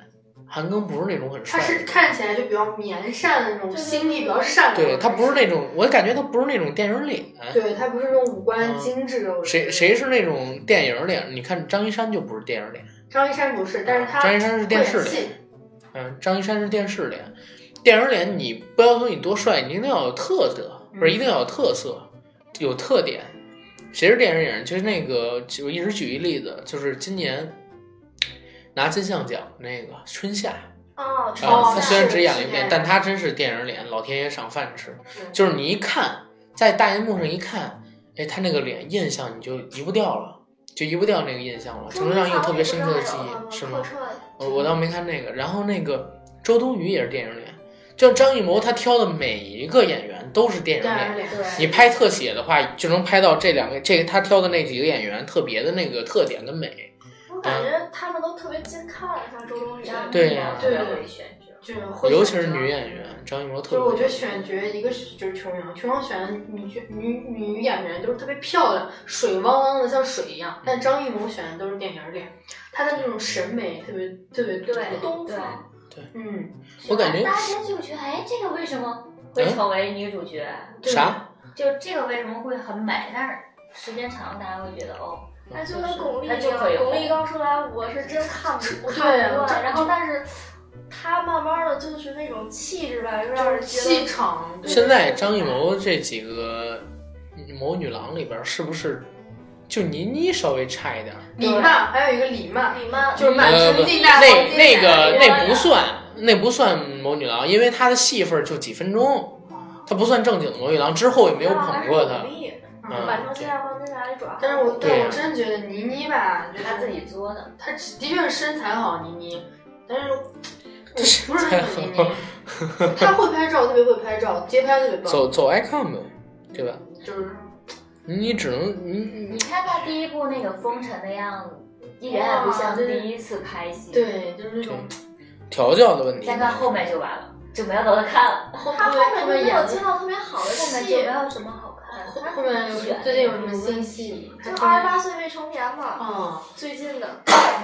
[SPEAKER 2] 韩庚不是那种很帅
[SPEAKER 4] 他
[SPEAKER 2] 的
[SPEAKER 4] 是
[SPEAKER 2] 脸，
[SPEAKER 4] 看起来就比较绵善的那种，
[SPEAKER 5] 对对
[SPEAKER 4] 心地比较善良。
[SPEAKER 2] 对他不是那种，我感觉他不是那种电影脸。
[SPEAKER 4] 对他不是那种五官
[SPEAKER 2] 嗯
[SPEAKER 4] 精致的。我觉
[SPEAKER 2] 谁
[SPEAKER 4] 得
[SPEAKER 2] 谁是那种电影脸？你看张一山就不是电影脸，
[SPEAKER 4] 张一山不是，但是他
[SPEAKER 2] 张一山是电视
[SPEAKER 4] 会演戏
[SPEAKER 2] 脸。嗯，张一山是电视脸，电影脸你不要求你多帅，你一定要有特色，不是一定要有特色，有特点。谁是电影演员？就是那个，就我一直举一例子，就是今年拿金像奖那个春夏，
[SPEAKER 5] 哦，
[SPEAKER 2] 啊，
[SPEAKER 4] 哦
[SPEAKER 2] 他
[SPEAKER 5] 是
[SPEAKER 2] 虽然
[SPEAKER 4] 是
[SPEAKER 2] 只演了一
[SPEAKER 4] 是
[SPEAKER 2] 遍，
[SPEAKER 4] 这
[SPEAKER 2] 但
[SPEAKER 4] 样
[SPEAKER 2] 他真是电影脸，老天爷赏饭吃。
[SPEAKER 4] 嗯
[SPEAKER 2] 就是你一看，在大荧幕上一看，哎，他那个脸印象你就移不掉了，就移不掉那个印象了，只能让一个特别深刻的记
[SPEAKER 4] 嗯
[SPEAKER 2] 忆，是吗？我我倒没看那个。然后那个周冬雨也是电影脸，就张艺谋他挑的每一个演员都是电影
[SPEAKER 4] 电
[SPEAKER 2] 脸
[SPEAKER 4] 影。脸。
[SPEAKER 2] 你拍特写的话，就能拍到这两个，这个他挑的那几个演员特别的那个特点跟美。
[SPEAKER 5] 我感觉他们都特别近看，像周冬雨、啊
[SPEAKER 3] 张艺谋
[SPEAKER 2] 嗯对呀
[SPEAKER 3] 特别会选角，
[SPEAKER 4] 就是会
[SPEAKER 2] 尤其
[SPEAKER 4] 选
[SPEAKER 2] 是
[SPEAKER 4] 择
[SPEAKER 2] 女演员，张艺谋
[SPEAKER 4] 就
[SPEAKER 2] 特
[SPEAKER 4] 是
[SPEAKER 2] 别。
[SPEAKER 4] 我觉得选角一个是就是琼瑶，琼瑶选女角女女演员都是特别漂亮，水汪汪的像水一样，但张艺谋选的都是典型儿脸，他的那种审美特别特别
[SPEAKER 3] 对
[SPEAKER 4] 东
[SPEAKER 3] 对
[SPEAKER 4] 方，嗯，
[SPEAKER 2] 我感觉嗯
[SPEAKER 3] 大家先就觉得，哎，这个为什么会成为女主角？
[SPEAKER 4] 对
[SPEAKER 2] 啥？
[SPEAKER 3] 就这个为什么会很美？但是时间长，了，大家会觉得哦，
[SPEAKER 5] 那就跟巩
[SPEAKER 3] 那
[SPEAKER 5] 俐一
[SPEAKER 3] 就
[SPEAKER 5] 样
[SPEAKER 3] 会，有
[SPEAKER 5] 巩俐刚出来，我是真看不
[SPEAKER 4] 对
[SPEAKER 2] 啊
[SPEAKER 5] 看不
[SPEAKER 4] 这
[SPEAKER 5] 惯，然后但是她慢慢的就是那种气质吧，又让
[SPEAKER 4] 就
[SPEAKER 5] 人
[SPEAKER 4] 是
[SPEAKER 5] 觉
[SPEAKER 4] 气
[SPEAKER 5] 得
[SPEAKER 4] 场。对
[SPEAKER 2] 现在张艺谋这几个嗯谋女郎里边儿，是不是就倪妮稍微差一点儿？
[SPEAKER 4] 李曼，还有一个李曼，
[SPEAKER 5] 李曼
[SPEAKER 4] 就是满
[SPEAKER 2] 呃，不
[SPEAKER 4] 城尽带黄
[SPEAKER 2] 那
[SPEAKER 4] 金
[SPEAKER 5] 啊
[SPEAKER 2] 那个
[SPEAKER 4] 闪
[SPEAKER 2] 那
[SPEAKER 4] 耀
[SPEAKER 2] 不算，那不算谋女郎，因为她的戏份儿就几分钟，她不算正经的谋女郎，之后也没有捧过她
[SPEAKER 5] 还。是巩俐，
[SPEAKER 2] 嗯
[SPEAKER 5] 满城尽带黄金来主要。
[SPEAKER 4] 但是我
[SPEAKER 2] 对
[SPEAKER 4] 但
[SPEAKER 2] 啊
[SPEAKER 4] 我真觉得倪妮吧，就是
[SPEAKER 3] 她自己作的。
[SPEAKER 4] 她的确是身材好，倪妮，但是我不是
[SPEAKER 2] 材
[SPEAKER 4] 很
[SPEAKER 2] 好
[SPEAKER 4] 喜欢倪妮，她会拍照，特别会拍照，街拍特别棒，
[SPEAKER 2] 走走 icon 呗，对吧？
[SPEAKER 4] 就是
[SPEAKER 2] 你只能你你
[SPEAKER 5] 嗯
[SPEAKER 3] 你看她第一部那个《风尘》的样子，一点也不像第一次拍戏。，
[SPEAKER 4] 对，就是那种
[SPEAKER 2] 调教的问题
[SPEAKER 3] 再。看后面就完了，就没有得看了。
[SPEAKER 4] 后
[SPEAKER 5] 她后面
[SPEAKER 4] 后
[SPEAKER 5] 就没
[SPEAKER 4] 面
[SPEAKER 5] 有
[SPEAKER 4] 演
[SPEAKER 5] 接
[SPEAKER 4] 的
[SPEAKER 5] 到特别好
[SPEAKER 3] 后
[SPEAKER 5] 的
[SPEAKER 3] 面
[SPEAKER 5] 戏，
[SPEAKER 3] 就没有什么好看的。
[SPEAKER 4] 后面有最近有什么新戏？
[SPEAKER 5] 就二十八岁未成年嘛，
[SPEAKER 4] 啊，
[SPEAKER 5] 最近的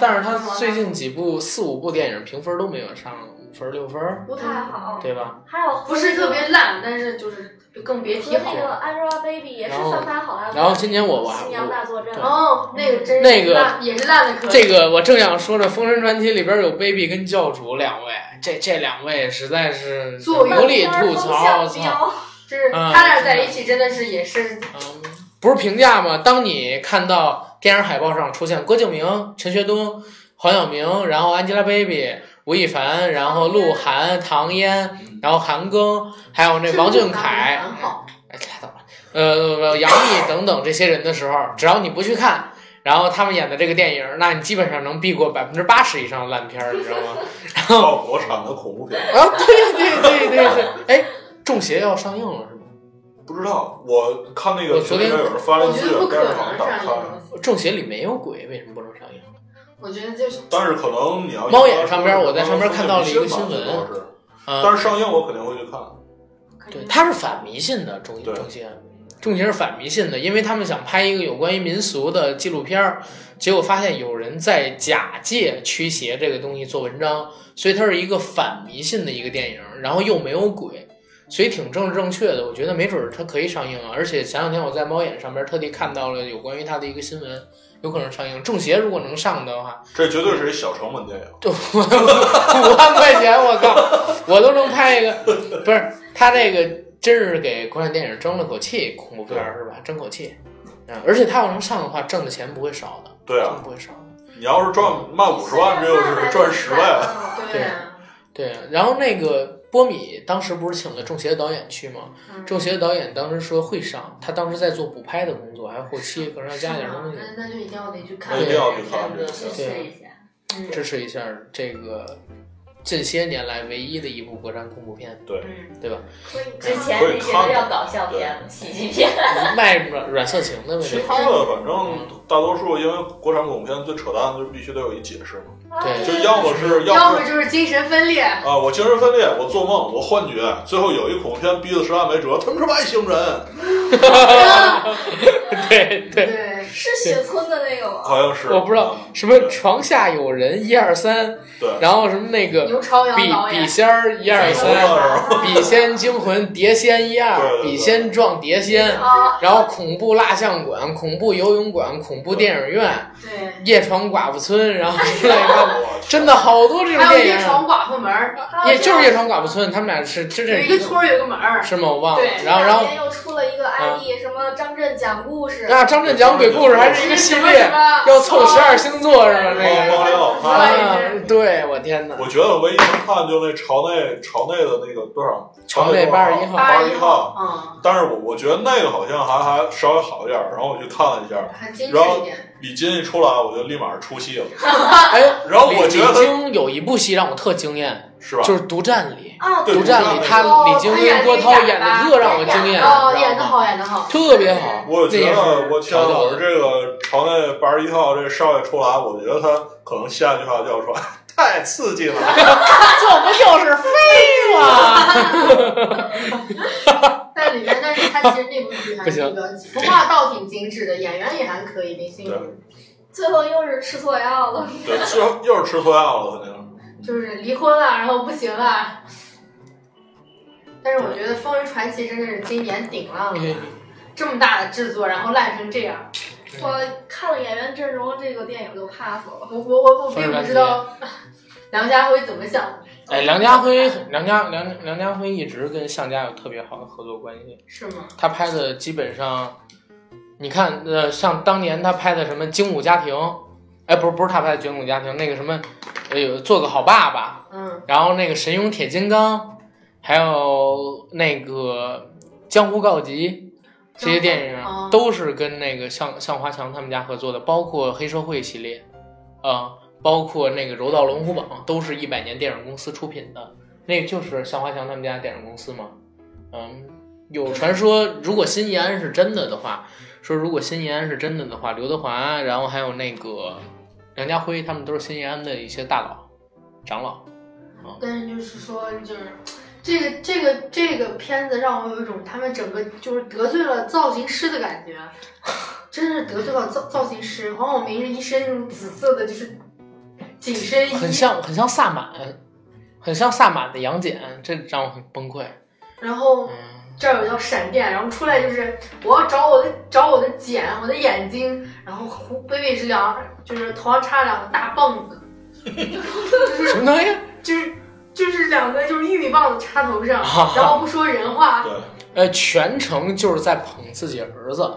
[SPEAKER 2] 但是她最近几部四五部电影评分都没有上五分儿六分儿，
[SPEAKER 5] 不太好。
[SPEAKER 2] 对吧？
[SPEAKER 3] 还有
[SPEAKER 4] 嗯不是特别烂，但是就是更别提
[SPEAKER 5] 和那
[SPEAKER 4] 好。
[SPEAKER 5] 个 Angelababy 也是翻拍好莱坞。
[SPEAKER 2] 然后今年我我还
[SPEAKER 5] 新娘大作战。
[SPEAKER 4] 哦，那个真是
[SPEAKER 2] 那个
[SPEAKER 4] 烂也是烂的可以。
[SPEAKER 2] 这个我正想说呢，《封神传奇》里边有 baby 跟教主两位，这这两位实在是
[SPEAKER 4] 作为
[SPEAKER 2] 无力吐槽。操！
[SPEAKER 5] 风向标
[SPEAKER 4] 就是
[SPEAKER 2] 嗯
[SPEAKER 4] 他俩在一起真的是也是
[SPEAKER 2] 嗯，不是评价吗？当你看到电影海报上出现郭敬明、陈学冬、黄晓明，然后 Angelababy、吴亦凡，然后鹿晗、唐嫣，然后韩庚，还有那王俊凯，
[SPEAKER 4] 很好，
[SPEAKER 2] 哎，拉倒吧，呃，杨幂等等这些人的时候，只要你不去看，然后他们演的这个电影，那你基本上能避过百分之八十以上的烂片儿，你知道吗？
[SPEAKER 6] 到国产的恐怖片，
[SPEAKER 2] 啊，对对对对对，哎，中邪要上映了是吗？
[SPEAKER 6] 不知道。我看那
[SPEAKER 2] 我
[SPEAKER 6] 个
[SPEAKER 2] 昨
[SPEAKER 6] 群
[SPEAKER 2] 天
[SPEAKER 6] 里面有人发
[SPEAKER 4] 我
[SPEAKER 6] 那
[SPEAKER 4] 觉
[SPEAKER 6] 资
[SPEAKER 4] 得
[SPEAKER 6] 源，
[SPEAKER 4] 不可
[SPEAKER 6] 但
[SPEAKER 4] 能这
[SPEAKER 6] 是好像打
[SPEAKER 4] 样
[SPEAKER 6] 不
[SPEAKER 4] 一个。
[SPEAKER 6] 开
[SPEAKER 4] 东西。
[SPEAKER 2] 中邪里没有鬼，为什么不能上映？
[SPEAKER 4] 我觉得就是
[SPEAKER 6] 但是可能你要
[SPEAKER 2] 猫眼上边我在上边看到了一个新闻
[SPEAKER 6] 这都是
[SPEAKER 2] 啊、
[SPEAKER 6] 但是上映我肯定会去看。
[SPEAKER 2] 对，他是反迷信的中
[SPEAKER 6] 对
[SPEAKER 2] 中邪，中邪是反迷信的，因为他们想拍一个有关于民俗的纪录片儿，结果发现有人在假借驱邪这个东西做文章，所以它是一个反迷信的一个电影，然后又没有鬼，所以挺政治正确的，我觉得没准儿它可以上映啊。而且前两天我在猫眼上边特地看到了有关于它的一个新闻，有可能上映。中邪如果能上的话，
[SPEAKER 6] 这绝对是一小成本电影。
[SPEAKER 2] 就五万块钱，我靠，我都能拍一个。不是他这个真是给国产电影争了口气，恐怖片儿是吧？争口气。嗯，而且他要能上的话，挣的钱不会少的，
[SPEAKER 6] 对
[SPEAKER 2] 真
[SPEAKER 6] 啊，
[SPEAKER 2] 不会少的。
[SPEAKER 6] 你要是赚卖五十万，这就是赚十万。
[SPEAKER 5] 了。
[SPEAKER 4] 对
[SPEAKER 2] 对
[SPEAKER 4] 啊，
[SPEAKER 2] 对，然后那个波米当时不是请了中邪的导演去吗？
[SPEAKER 4] 嗯
[SPEAKER 2] 中邪的导演当时说会上，他当时在做补拍的工作，还有后期可能要加点东西
[SPEAKER 4] 那那就一定要得去看，
[SPEAKER 2] 那一定
[SPEAKER 6] 要去看
[SPEAKER 4] 对
[SPEAKER 3] 支持一下。
[SPEAKER 4] 嗯
[SPEAKER 2] 支持一下这个近些年来唯一的一部国产恐怖片，
[SPEAKER 4] 嗯
[SPEAKER 2] 对吧？
[SPEAKER 3] 之前你觉得要搞笑片、喜剧片，
[SPEAKER 2] 卖软软色情的呗，
[SPEAKER 6] 其他的反正
[SPEAKER 2] 嗯
[SPEAKER 6] 大多数，因为国产恐怖片最扯淡的就是必须得有一解释嘛，
[SPEAKER 5] 啊
[SPEAKER 2] 对
[SPEAKER 6] 就要么是
[SPEAKER 4] 嗯要
[SPEAKER 6] 要
[SPEAKER 4] 么
[SPEAKER 6] 是
[SPEAKER 4] 就是精神分裂，
[SPEAKER 6] 啊，我精神分裂，我做梦，我幻觉，最后有一恐怖片逼得实在没辙，他们是外星人，
[SPEAKER 2] 对对。
[SPEAKER 4] 对，
[SPEAKER 5] 是雪村的那个吗？
[SPEAKER 6] 好像是
[SPEAKER 2] 我不知道
[SPEAKER 6] 嗯
[SPEAKER 2] 什么床下有人一二三，
[SPEAKER 6] 对，
[SPEAKER 2] 然后什么那个
[SPEAKER 4] 牛朝阳
[SPEAKER 2] 笔
[SPEAKER 4] 导
[SPEAKER 2] 笔
[SPEAKER 4] 演，
[SPEAKER 2] 仙儿一二三， 笔仙惊魂碟仙一
[SPEAKER 6] 对
[SPEAKER 2] 二，
[SPEAKER 6] 对对
[SPEAKER 2] 笔仙撞碟仙，
[SPEAKER 4] 啊，
[SPEAKER 2] 然后恐怖蜡像馆、恐怖游泳馆、恐怖电影院、
[SPEAKER 4] 对，
[SPEAKER 2] 夜闯寡妇村，然后之类的，
[SPEAKER 6] 我去
[SPEAKER 2] 真的好多这种
[SPEAKER 4] 还有
[SPEAKER 2] 电
[SPEAKER 4] 夜
[SPEAKER 2] 影，
[SPEAKER 4] 闯寡妇门儿，
[SPEAKER 2] 也就是夜闯寡妇村，他们俩是真
[SPEAKER 4] 有
[SPEAKER 2] 是
[SPEAKER 4] 一个村儿有一个门儿，
[SPEAKER 2] 是吗？我忘了
[SPEAKER 4] 对。
[SPEAKER 2] 然后然后嗯
[SPEAKER 5] 这两天又出了一个 ID，什么张震讲故事，
[SPEAKER 2] 啊，张震讲鬼故事还是一个系
[SPEAKER 4] 什么
[SPEAKER 2] 列
[SPEAKER 4] 什，么，哦
[SPEAKER 2] 要凑十二星座是吧？那个
[SPEAKER 6] 猫猫脸老
[SPEAKER 4] 猫
[SPEAKER 6] 太。
[SPEAKER 4] 脸
[SPEAKER 2] 啊，对，我天哪！
[SPEAKER 6] 哦我觉得唯一能看就那朝内朝内的那个多少
[SPEAKER 2] 朝内
[SPEAKER 6] 八
[SPEAKER 2] 81号
[SPEAKER 6] 八
[SPEAKER 4] 八嗯
[SPEAKER 6] 十
[SPEAKER 4] 十
[SPEAKER 6] 一
[SPEAKER 4] 一
[SPEAKER 6] 号，
[SPEAKER 4] 号，
[SPEAKER 6] 但是我我觉得那个好像还还稍微好一点儿，然后我去看了一下
[SPEAKER 4] 嗯，，还精
[SPEAKER 6] 然
[SPEAKER 4] 致一
[SPEAKER 6] 后
[SPEAKER 4] 点，
[SPEAKER 6] 李金一出来，我就立马出戏了，
[SPEAKER 2] 哎，
[SPEAKER 6] 然后我
[SPEAKER 2] 李
[SPEAKER 6] 觉得他
[SPEAKER 2] 晶有一部戏让我特惊艳，
[SPEAKER 6] 是吧？
[SPEAKER 2] 就是《独占》里，
[SPEAKER 5] 啊，
[SPEAKER 2] 《
[SPEAKER 6] 对
[SPEAKER 2] 独占》里他
[SPEAKER 4] 哦
[SPEAKER 2] 李晶跟郭涛演的特让我惊艳，
[SPEAKER 4] 哦，演的好，演的好，
[SPEAKER 2] 特别好。
[SPEAKER 6] 我
[SPEAKER 2] 这
[SPEAKER 6] 觉
[SPEAKER 2] 也
[SPEAKER 6] 得
[SPEAKER 2] 是
[SPEAKER 6] 我天，
[SPEAKER 2] 调教
[SPEAKER 6] 我
[SPEAKER 2] 的
[SPEAKER 6] 是这个朝内八十一号这少爷出来，我觉得他可能下一句话就要说：“
[SPEAKER 7] 太刺激 了。
[SPEAKER 2] 这不就是 飞吗？
[SPEAKER 4] 在里面，但是它其实那部剧还
[SPEAKER 2] 不
[SPEAKER 4] 是
[SPEAKER 2] 行
[SPEAKER 4] 一个服化倒挺精致的，演员也还可以，明星也
[SPEAKER 5] 最后又是吃错药了，
[SPEAKER 6] 对，吃又是吃错药了，肯定。
[SPEAKER 4] 就是离婚了，然后不行了。但是我觉得《风云传奇》真的是今年顶浪
[SPEAKER 2] 哎
[SPEAKER 4] 了，这么大的制作，然后烂成这样，
[SPEAKER 2] 嗯
[SPEAKER 5] 我看了演员阵容，这个电影就 pass 了。
[SPEAKER 4] 我我我我并不知道 梁家辉怎么想的，
[SPEAKER 2] 哎，梁家辉，梁家梁梁家辉一直跟向家有特别好的合作关系，
[SPEAKER 4] 是吗？
[SPEAKER 2] 他拍的基本上，你看，呃，像当年他拍的什么《精武家庭》，哎，不是不是他拍的《精武家庭》，那个什么，呃，有做个好爸爸，
[SPEAKER 4] 嗯，
[SPEAKER 2] 然后那个神勇铁金刚，还有那个江湖告急，这些电
[SPEAKER 4] 江湖
[SPEAKER 2] 影
[SPEAKER 4] 哦
[SPEAKER 2] 都是跟那个向向华强他们家合作的，包括黑社会系列，啊、包括那个柔道龙虎榜，都是一百年电影公司出品的，那就是向华强他们家电影公司嘛。嗯，有传说，如果新延安是真的的话，说如果新延安是真的的话，刘德华，然后还有那个梁家辉，他们都是新延安的一些大佬、长老。
[SPEAKER 4] 但是就是说，就是这个这个这个片子让我有一种他们整个就是得罪了造型师的感觉，真是得罪了造造型师。黄晓明是一身那种紫色的，就是紧身衣，
[SPEAKER 2] 很像很像萨满，很像萨满的杨戬，这让我很崩溃。
[SPEAKER 4] 然后
[SPEAKER 2] 嗯，
[SPEAKER 4] 这儿有一道闪电，然后出来就是我要找我的找我的茧，我的眼睛，然后胡北北是两就是头上插两个大棒子，
[SPEAKER 2] 什么东西？，
[SPEAKER 4] 就是就是两个就是玉米棒子插头上然后不说人话，
[SPEAKER 6] 对，
[SPEAKER 2] 呃，全程就是在捧自己儿子，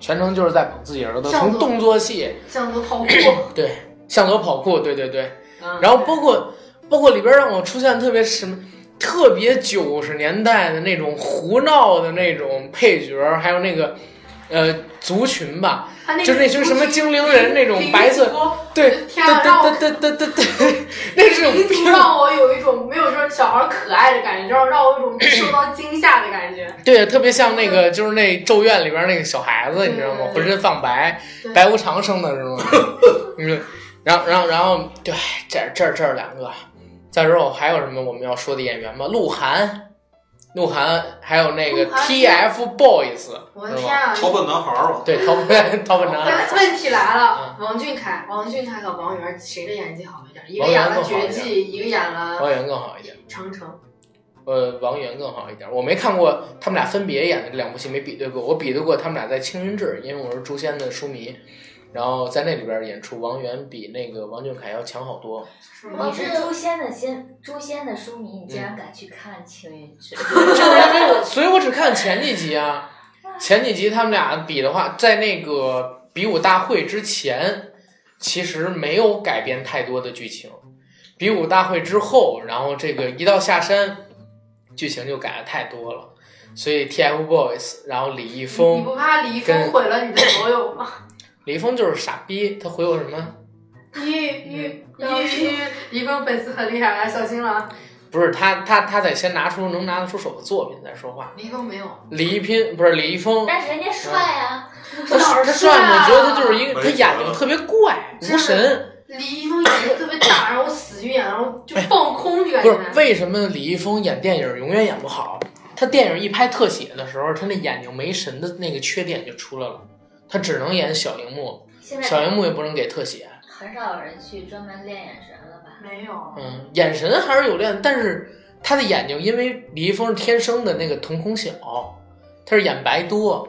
[SPEAKER 2] 全程就是在捧自己儿子，
[SPEAKER 4] 上
[SPEAKER 2] 从
[SPEAKER 4] 头
[SPEAKER 2] 动作戏，
[SPEAKER 4] 像个 跑酷。
[SPEAKER 2] 对，向左跑酷，对对对，
[SPEAKER 4] 嗯
[SPEAKER 2] 然后包括包括里边让我出现特别什么。特别九十年代的那种胡闹的那种配角，还有那个，呃，族群吧，
[SPEAKER 4] 他那个
[SPEAKER 2] 就是那群什么精灵人那种
[SPEAKER 4] 平
[SPEAKER 2] 白色
[SPEAKER 4] 平族
[SPEAKER 2] 对，对
[SPEAKER 4] 天啊让我
[SPEAKER 2] 对对对对对对， 那是种
[SPEAKER 4] 民族
[SPEAKER 2] 病。
[SPEAKER 4] 让我有一种没有说小孩可爱的感觉，让让我有一 种受到惊吓的感觉。
[SPEAKER 2] 对，特别像那个，就是那《咒怨》里边那个小孩子，你知道吗？
[SPEAKER 4] 嗯对
[SPEAKER 2] 浑身放白，
[SPEAKER 4] 对
[SPEAKER 2] 白无常生的是吗？嗯，然后，然后，然后，对，这儿这儿这儿两个，再之后还有什么我们要说的演员吗？鹿晗，鹿晗，还有那个
[SPEAKER 4] 鹿晗
[SPEAKER 2] TFBOYS，
[SPEAKER 4] 我的
[SPEAKER 2] 是
[SPEAKER 4] 天
[SPEAKER 2] 吧？
[SPEAKER 4] 啊！
[SPEAKER 6] 超笨男孩儿 嘛，
[SPEAKER 2] 对，逃奔逃奔男
[SPEAKER 4] 问问题来嗯了，王俊凯、王俊凯和王源谁的演技好一点？一个演了《绝技》，一个演了
[SPEAKER 2] 王源更好一点，
[SPEAKER 4] 《长城
[SPEAKER 2] 呃，王源更好一点。我没看过他们俩分别演的这两部戏，没比对过。我比对过他们俩在《青云志》，因为我是《诛仙》的书迷，然后在那里边演出，王源比那个王俊凯要强好多。》，
[SPEAKER 4] 是
[SPEAKER 3] 你
[SPEAKER 4] 吗？
[SPEAKER 3] 是诛仙的仙，诛仙的书迷，你竟然敢去看《青云志》
[SPEAKER 2] 就是因为我，所以我只看前几集啊。前几集他们俩比的话，在那个比武大会之前，其实没有改变太多的剧情。比武大会之后，然后这个一到下山，剧情就改的太多了。所以 TFBOYS，然后李易
[SPEAKER 4] 你
[SPEAKER 2] 峰，
[SPEAKER 4] 不怕李易
[SPEAKER 2] 跟
[SPEAKER 4] 峰毁了你的所有吗？
[SPEAKER 2] 李易峰就是傻逼，他回我什么？
[SPEAKER 4] 你 你
[SPEAKER 5] 然后
[SPEAKER 4] 你李易峰粉丝很厉害啊，小心了！
[SPEAKER 2] 不是他，他他得先拿出能拿得出手的作品再说话。
[SPEAKER 4] 李易峰没有，
[SPEAKER 2] 李易拼不是李易峰，
[SPEAKER 3] 但是人家帅啊，
[SPEAKER 2] 他
[SPEAKER 4] 哪
[SPEAKER 2] 他
[SPEAKER 4] 儿
[SPEAKER 2] 帅，我觉得他就是一个
[SPEAKER 6] 没
[SPEAKER 2] 他眼睛
[SPEAKER 6] 辙
[SPEAKER 2] 特别怪，
[SPEAKER 3] 啊
[SPEAKER 2] 无神。
[SPEAKER 4] 李易峰眼睛特别大，然后死鱼眼，然后就放空的感
[SPEAKER 2] 哎不
[SPEAKER 4] 觉
[SPEAKER 2] 是。为什么李易峰演电影永远演不好？他电影一拍特写的时候，他那眼睛没神的那个缺点就出来了，他只能演小荧幕，
[SPEAKER 3] 现
[SPEAKER 2] 小
[SPEAKER 3] 在
[SPEAKER 2] 荧幕也不能给特写。
[SPEAKER 3] 很少有人去专门练眼神了吧？
[SPEAKER 4] 没有，啊
[SPEAKER 2] 嗯，眼神还是有练，但是他的眼睛，因为李易峰是天生的那个瞳孔小，他是眼白多，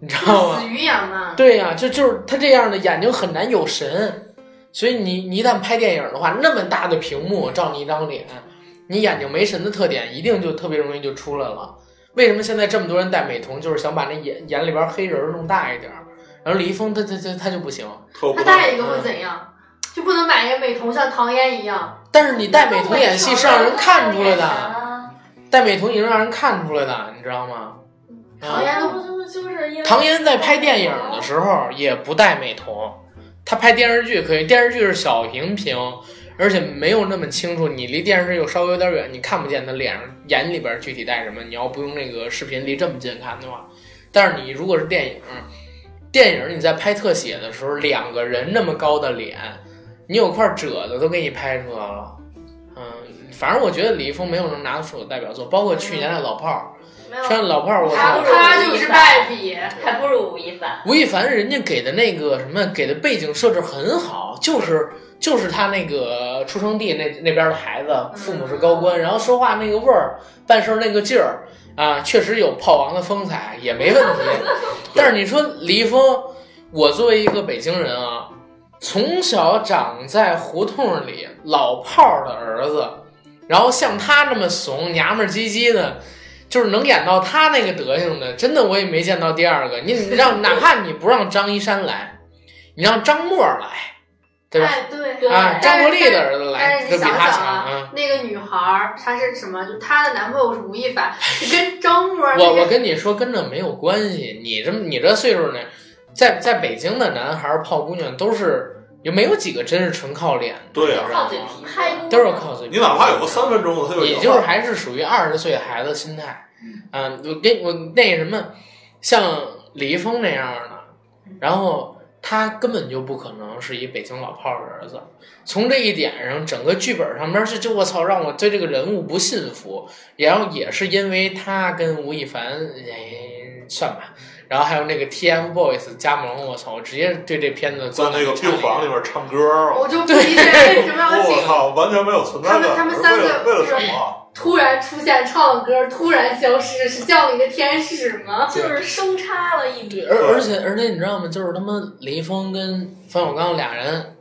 [SPEAKER 2] 你知道
[SPEAKER 4] 就
[SPEAKER 2] 吗
[SPEAKER 4] 死？鱼眼 嘛。
[SPEAKER 2] 对呀、就就是他这样的眼睛很难有神，所以你你一旦拍电影的话，那么大的屏幕照你一张脸，你眼睛没神的特点一定就特别容易就出来了。为什么现在这么多人戴美瞳，就是想把那眼眼里边黑人儿弄大一点儿？然后李易峰他他他他就不行，
[SPEAKER 6] 特不
[SPEAKER 4] 他戴一个会怎样？就不能买一个美瞳像唐嫣一样？
[SPEAKER 2] 但是你戴美瞳演戏是让人看出来
[SPEAKER 3] 眼神
[SPEAKER 2] 的，
[SPEAKER 3] 啊，
[SPEAKER 2] 戴美瞳也是让人看出来的，你知道吗？
[SPEAKER 4] 唐
[SPEAKER 2] 啊
[SPEAKER 4] 嫣都
[SPEAKER 5] 不就是就是因为哦
[SPEAKER 2] 唐嫣在拍电影的时候也不戴美瞳，她拍电视剧可以，电视剧是小荧屏，而且没有那么清楚，你离电视又稍微有点远，你看不见她脸上眼里边具体戴什么。你要不用那个视频离这么近看的话，但是你如果是电影，电影你在拍特写的时候，两个人那么高的脸，你有块褶子都给你拍出来了。嗯，反正我觉得李易峰没有能拿得出我的代表作，包括去年的老炮儿，
[SPEAKER 5] 没有
[SPEAKER 2] 像老炮儿，我
[SPEAKER 4] 他
[SPEAKER 2] 操
[SPEAKER 3] 还不如
[SPEAKER 4] 他就是败笔。
[SPEAKER 3] 还不如吴亦凡。
[SPEAKER 2] 吴亦凡人家给的那个什么，给的背景设置很好，就是就是他那个出生地那那边的孩子，父母是高官，然后说话那个味儿，办事儿那个劲儿啊，确实有炮王的风采，也没问题。但是你说李易峰，我作为一个北京人啊，从小长在胡同里老炮儿的儿子，然后像他这么怂娘们儿唧唧的，就是能演到他那个德行的，真的我也没见到第二个。你你让哪怕你不让张一山来，你让张默来，对吧？
[SPEAKER 4] 哎，对。
[SPEAKER 3] 对
[SPEAKER 2] 啊，张国立的儿子
[SPEAKER 4] 但
[SPEAKER 2] 来，
[SPEAKER 4] 是
[SPEAKER 2] 就
[SPEAKER 4] 你
[SPEAKER 2] 比
[SPEAKER 4] 想
[SPEAKER 2] 他
[SPEAKER 4] 想
[SPEAKER 2] 强
[SPEAKER 4] 啊
[SPEAKER 2] 啊。，
[SPEAKER 4] 那个女孩儿她是什么？就她的男朋友是吴亦凡，你跟张默儿那
[SPEAKER 2] 我我
[SPEAKER 4] 个
[SPEAKER 2] 跟你说，跟这没有关系。你这你这岁数呢，在在北京的男孩儿泡姑娘都是也没有几个真是纯靠脸的，
[SPEAKER 6] 对啊
[SPEAKER 2] 你知道
[SPEAKER 3] 靠
[SPEAKER 2] 吗
[SPEAKER 3] 嘴皮子，
[SPEAKER 5] 拍
[SPEAKER 2] 都是靠嘴皮
[SPEAKER 6] 你哪怕有个三分钟的，他就
[SPEAKER 2] 也
[SPEAKER 6] 赢
[SPEAKER 2] 就是
[SPEAKER 6] 了。
[SPEAKER 2] 还是属于二十岁孩子心态。嗯，我跟我那什么，像李易峰那样的，
[SPEAKER 6] 嗯
[SPEAKER 2] 然后他根本就不可能是一北京老炮儿的儿子。从这一点上，整个剧本上面是就我操，让我对这个人物不信服。然后也是因为他跟吴亦凡，哎，算吧。然后还有那个 TFBOYS 加盟，我操，我直接对这片子
[SPEAKER 6] 在那个病房里面唱歌儿，
[SPEAKER 4] 我就不理解为什么要
[SPEAKER 6] 我
[SPEAKER 4] 请
[SPEAKER 6] 靠，完全没有存在感。
[SPEAKER 4] 他们他们三个
[SPEAKER 6] 为了为了什么？
[SPEAKER 4] 突然出现唱歌，突然消失，是这样一个天使吗？
[SPEAKER 5] 就是生插了一
[SPEAKER 2] 对，
[SPEAKER 5] 笔，
[SPEAKER 2] 而
[SPEAKER 6] 对
[SPEAKER 2] 而且而且你知道吗？就是他妈李易峰跟冯小刚俩人，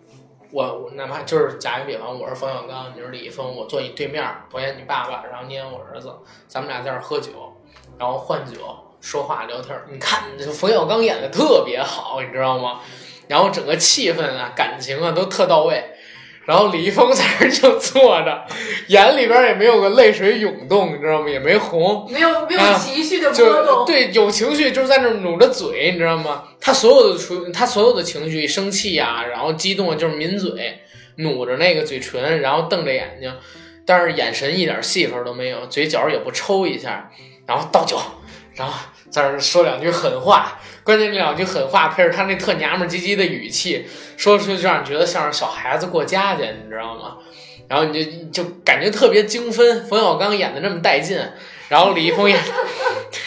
[SPEAKER 2] 我我哪怕就是打个比方，我是冯小刚，你是李易峰，我坐你对面，我演你爸爸，然后你演我儿子，咱们俩在这儿喝酒，然后换酒说话聊天儿，你看这冯小刚演的特别好，你知道吗？然后整个气氛啊、感情啊都特到位，然后李易峰在这儿就坐着，眼里边儿也没有个泪水涌动，你知道吗？也没红，
[SPEAKER 4] 没有没有
[SPEAKER 2] 啊
[SPEAKER 4] 情绪的波
[SPEAKER 2] 就
[SPEAKER 4] 动，
[SPEAKER 2] 对有情绪，就是在那儿努着嘴，你知道吗？他所有的出，他所有的情绪，生气呀、然后激动啊，就是抿嘴，努着那个嘴唇，然后瞪着眼睛，但是眼神一点戏份都没有，嘴角也不抽一下，然后倒酒，然后在那儿说两句狠话，关键这两句狠话配着他那特娘们儿唧唧的语气，说出去就让你觉得像是小孩子过家家，你知道吗？然后你就就感觉特别精分，冯小刚演的那么带劲，然后李易 峰演的，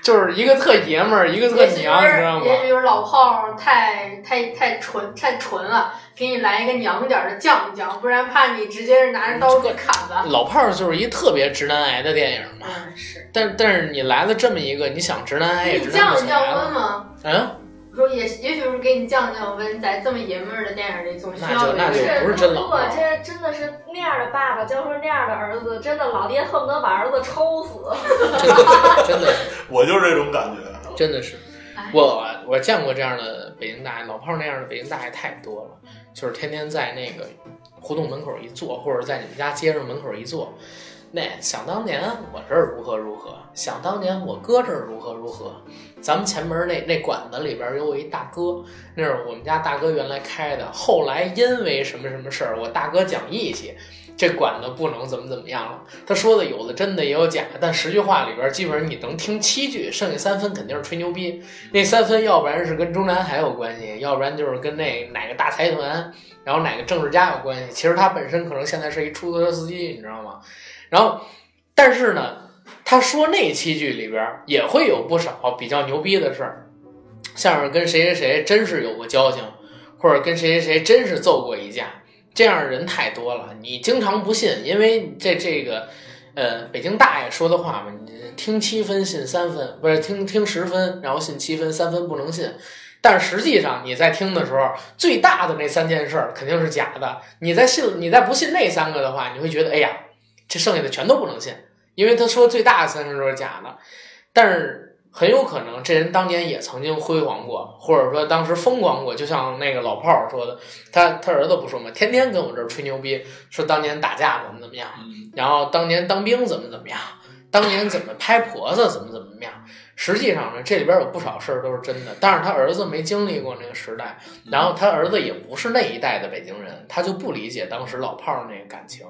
[SPEAKER 2] 就是一个特爷们儿，一个特
[SPEAKER 4] 也许
[SPEAKER 2] 娘，你知道
[SPEAKER 4] 是
[SPEAKER 2] 吗？
[SPEAKER 4] 也许是老炮儿太太太纯太纯了，给你来一个娘点儿的犟一犟，不然怕你直接是拿着
[SPEAKER 2] 嗯
[SPEAKER 4] 刀给砍吧。
[SPEAKER 2] 老炮儿就是一特别直男癌的电影嘛，
[SPEAKER 4] 嗯，是
[SPEAKER 2] 但但是你来了这么一个，你想直男癌也
[SPEAKER 4] 你
[SPEAKER 2] 直男
[SPEAKER 4] 降
[SPEAKER 2] 不啊
[SPEAKER 4] 一
[SPEAKER 2] 起
[SPEAKER 4] 降
[SPEAKER 2] 来
[SPEAKER 4] 温
[SPEAKER 2] 了，
[SPEAKER 4] 吗？
[SPEAKER 2] 嗯，
[SPEAKER 4] 我说也也许是给你降降温，在这么爷们儿的电影里，总需
[SPEAKER 2] 那
[SPEAKER 4] 要
[SPEAKER 2] 就
[SPEAKER 4] 有一
[SPEAKER 2] 那
[SPEAKER 4] 个
[SPEAKER 2] 就
[SPEAKER 4] 人
[SPEAKER 2] 不是真老
[SPEAKER 5] 如果这真的是那样的爸爸教出那样的儿子，真的老爹恨不得把儿子抽死。
[SPEAKER 2] 真的是真的是
[SPEAKER 6] 我就是这种感觉。
[SPEAKER 2] 真的是
[SPEAKER 4] 哎，
[SPEAKER 2] 我我见过这样的北京大爷，老炮儿那样的北京大爷太多了，就是天天在那个胡同门口一坐，或者在你们家街上门口一坐。那想当年我这儿如何如何，想当年我哥这儿如何如何，咱们前门那那馆子里边儿有我一大哥，那是我们家大哥原来开的，后来因为什么什么事儿，我大哥讲义气，这馆子不能怎么怎么样了。他说的有的真的也有假的，但十句话里边基本上你能听七句，剩下三分肯定是吹牛逼。那三分要不然是跟中南海有关系，要不然就是跟那哪个大财团，然后哪个政治家有关系。其实他本身可能现在是一出租车司机，你知道吗？然后，但是呢，他说那七句里边也会有不少比较牛逼的事儿，像是跟谁谁谁真是有过交情，或者跟谁谁谁真是揍过一架。这样的人太多了，你经常不信，因为这这个，呃，北京大爷说的话嘛，你听七分信三分，不是听听十分，然后信七分，三分不能信。但实际上你在听的时候，最大的那三件事儿肯定是假的。你在信，你在不信那三个的话，你会觉得，哎呀，这剩下的全都不能信，因为他说最大的三件都是假的。但是很有可能这人当年也曾经辉煌过，或者说当时风光过，就像那个老炮儿说的，他他儿子不说嘛，天天跟我这儿吹牛逼，说当年打架怎么怎么样，然后当年当兵怎么怎么样，当年怎么拍婆子怎么怎么样。实际上呢，这里边有不少事儿都是真的，但是他儿子没经历过那个时代，然后他儿子也不是那一代的北京人，他就不理解当时老炮儿那个感情，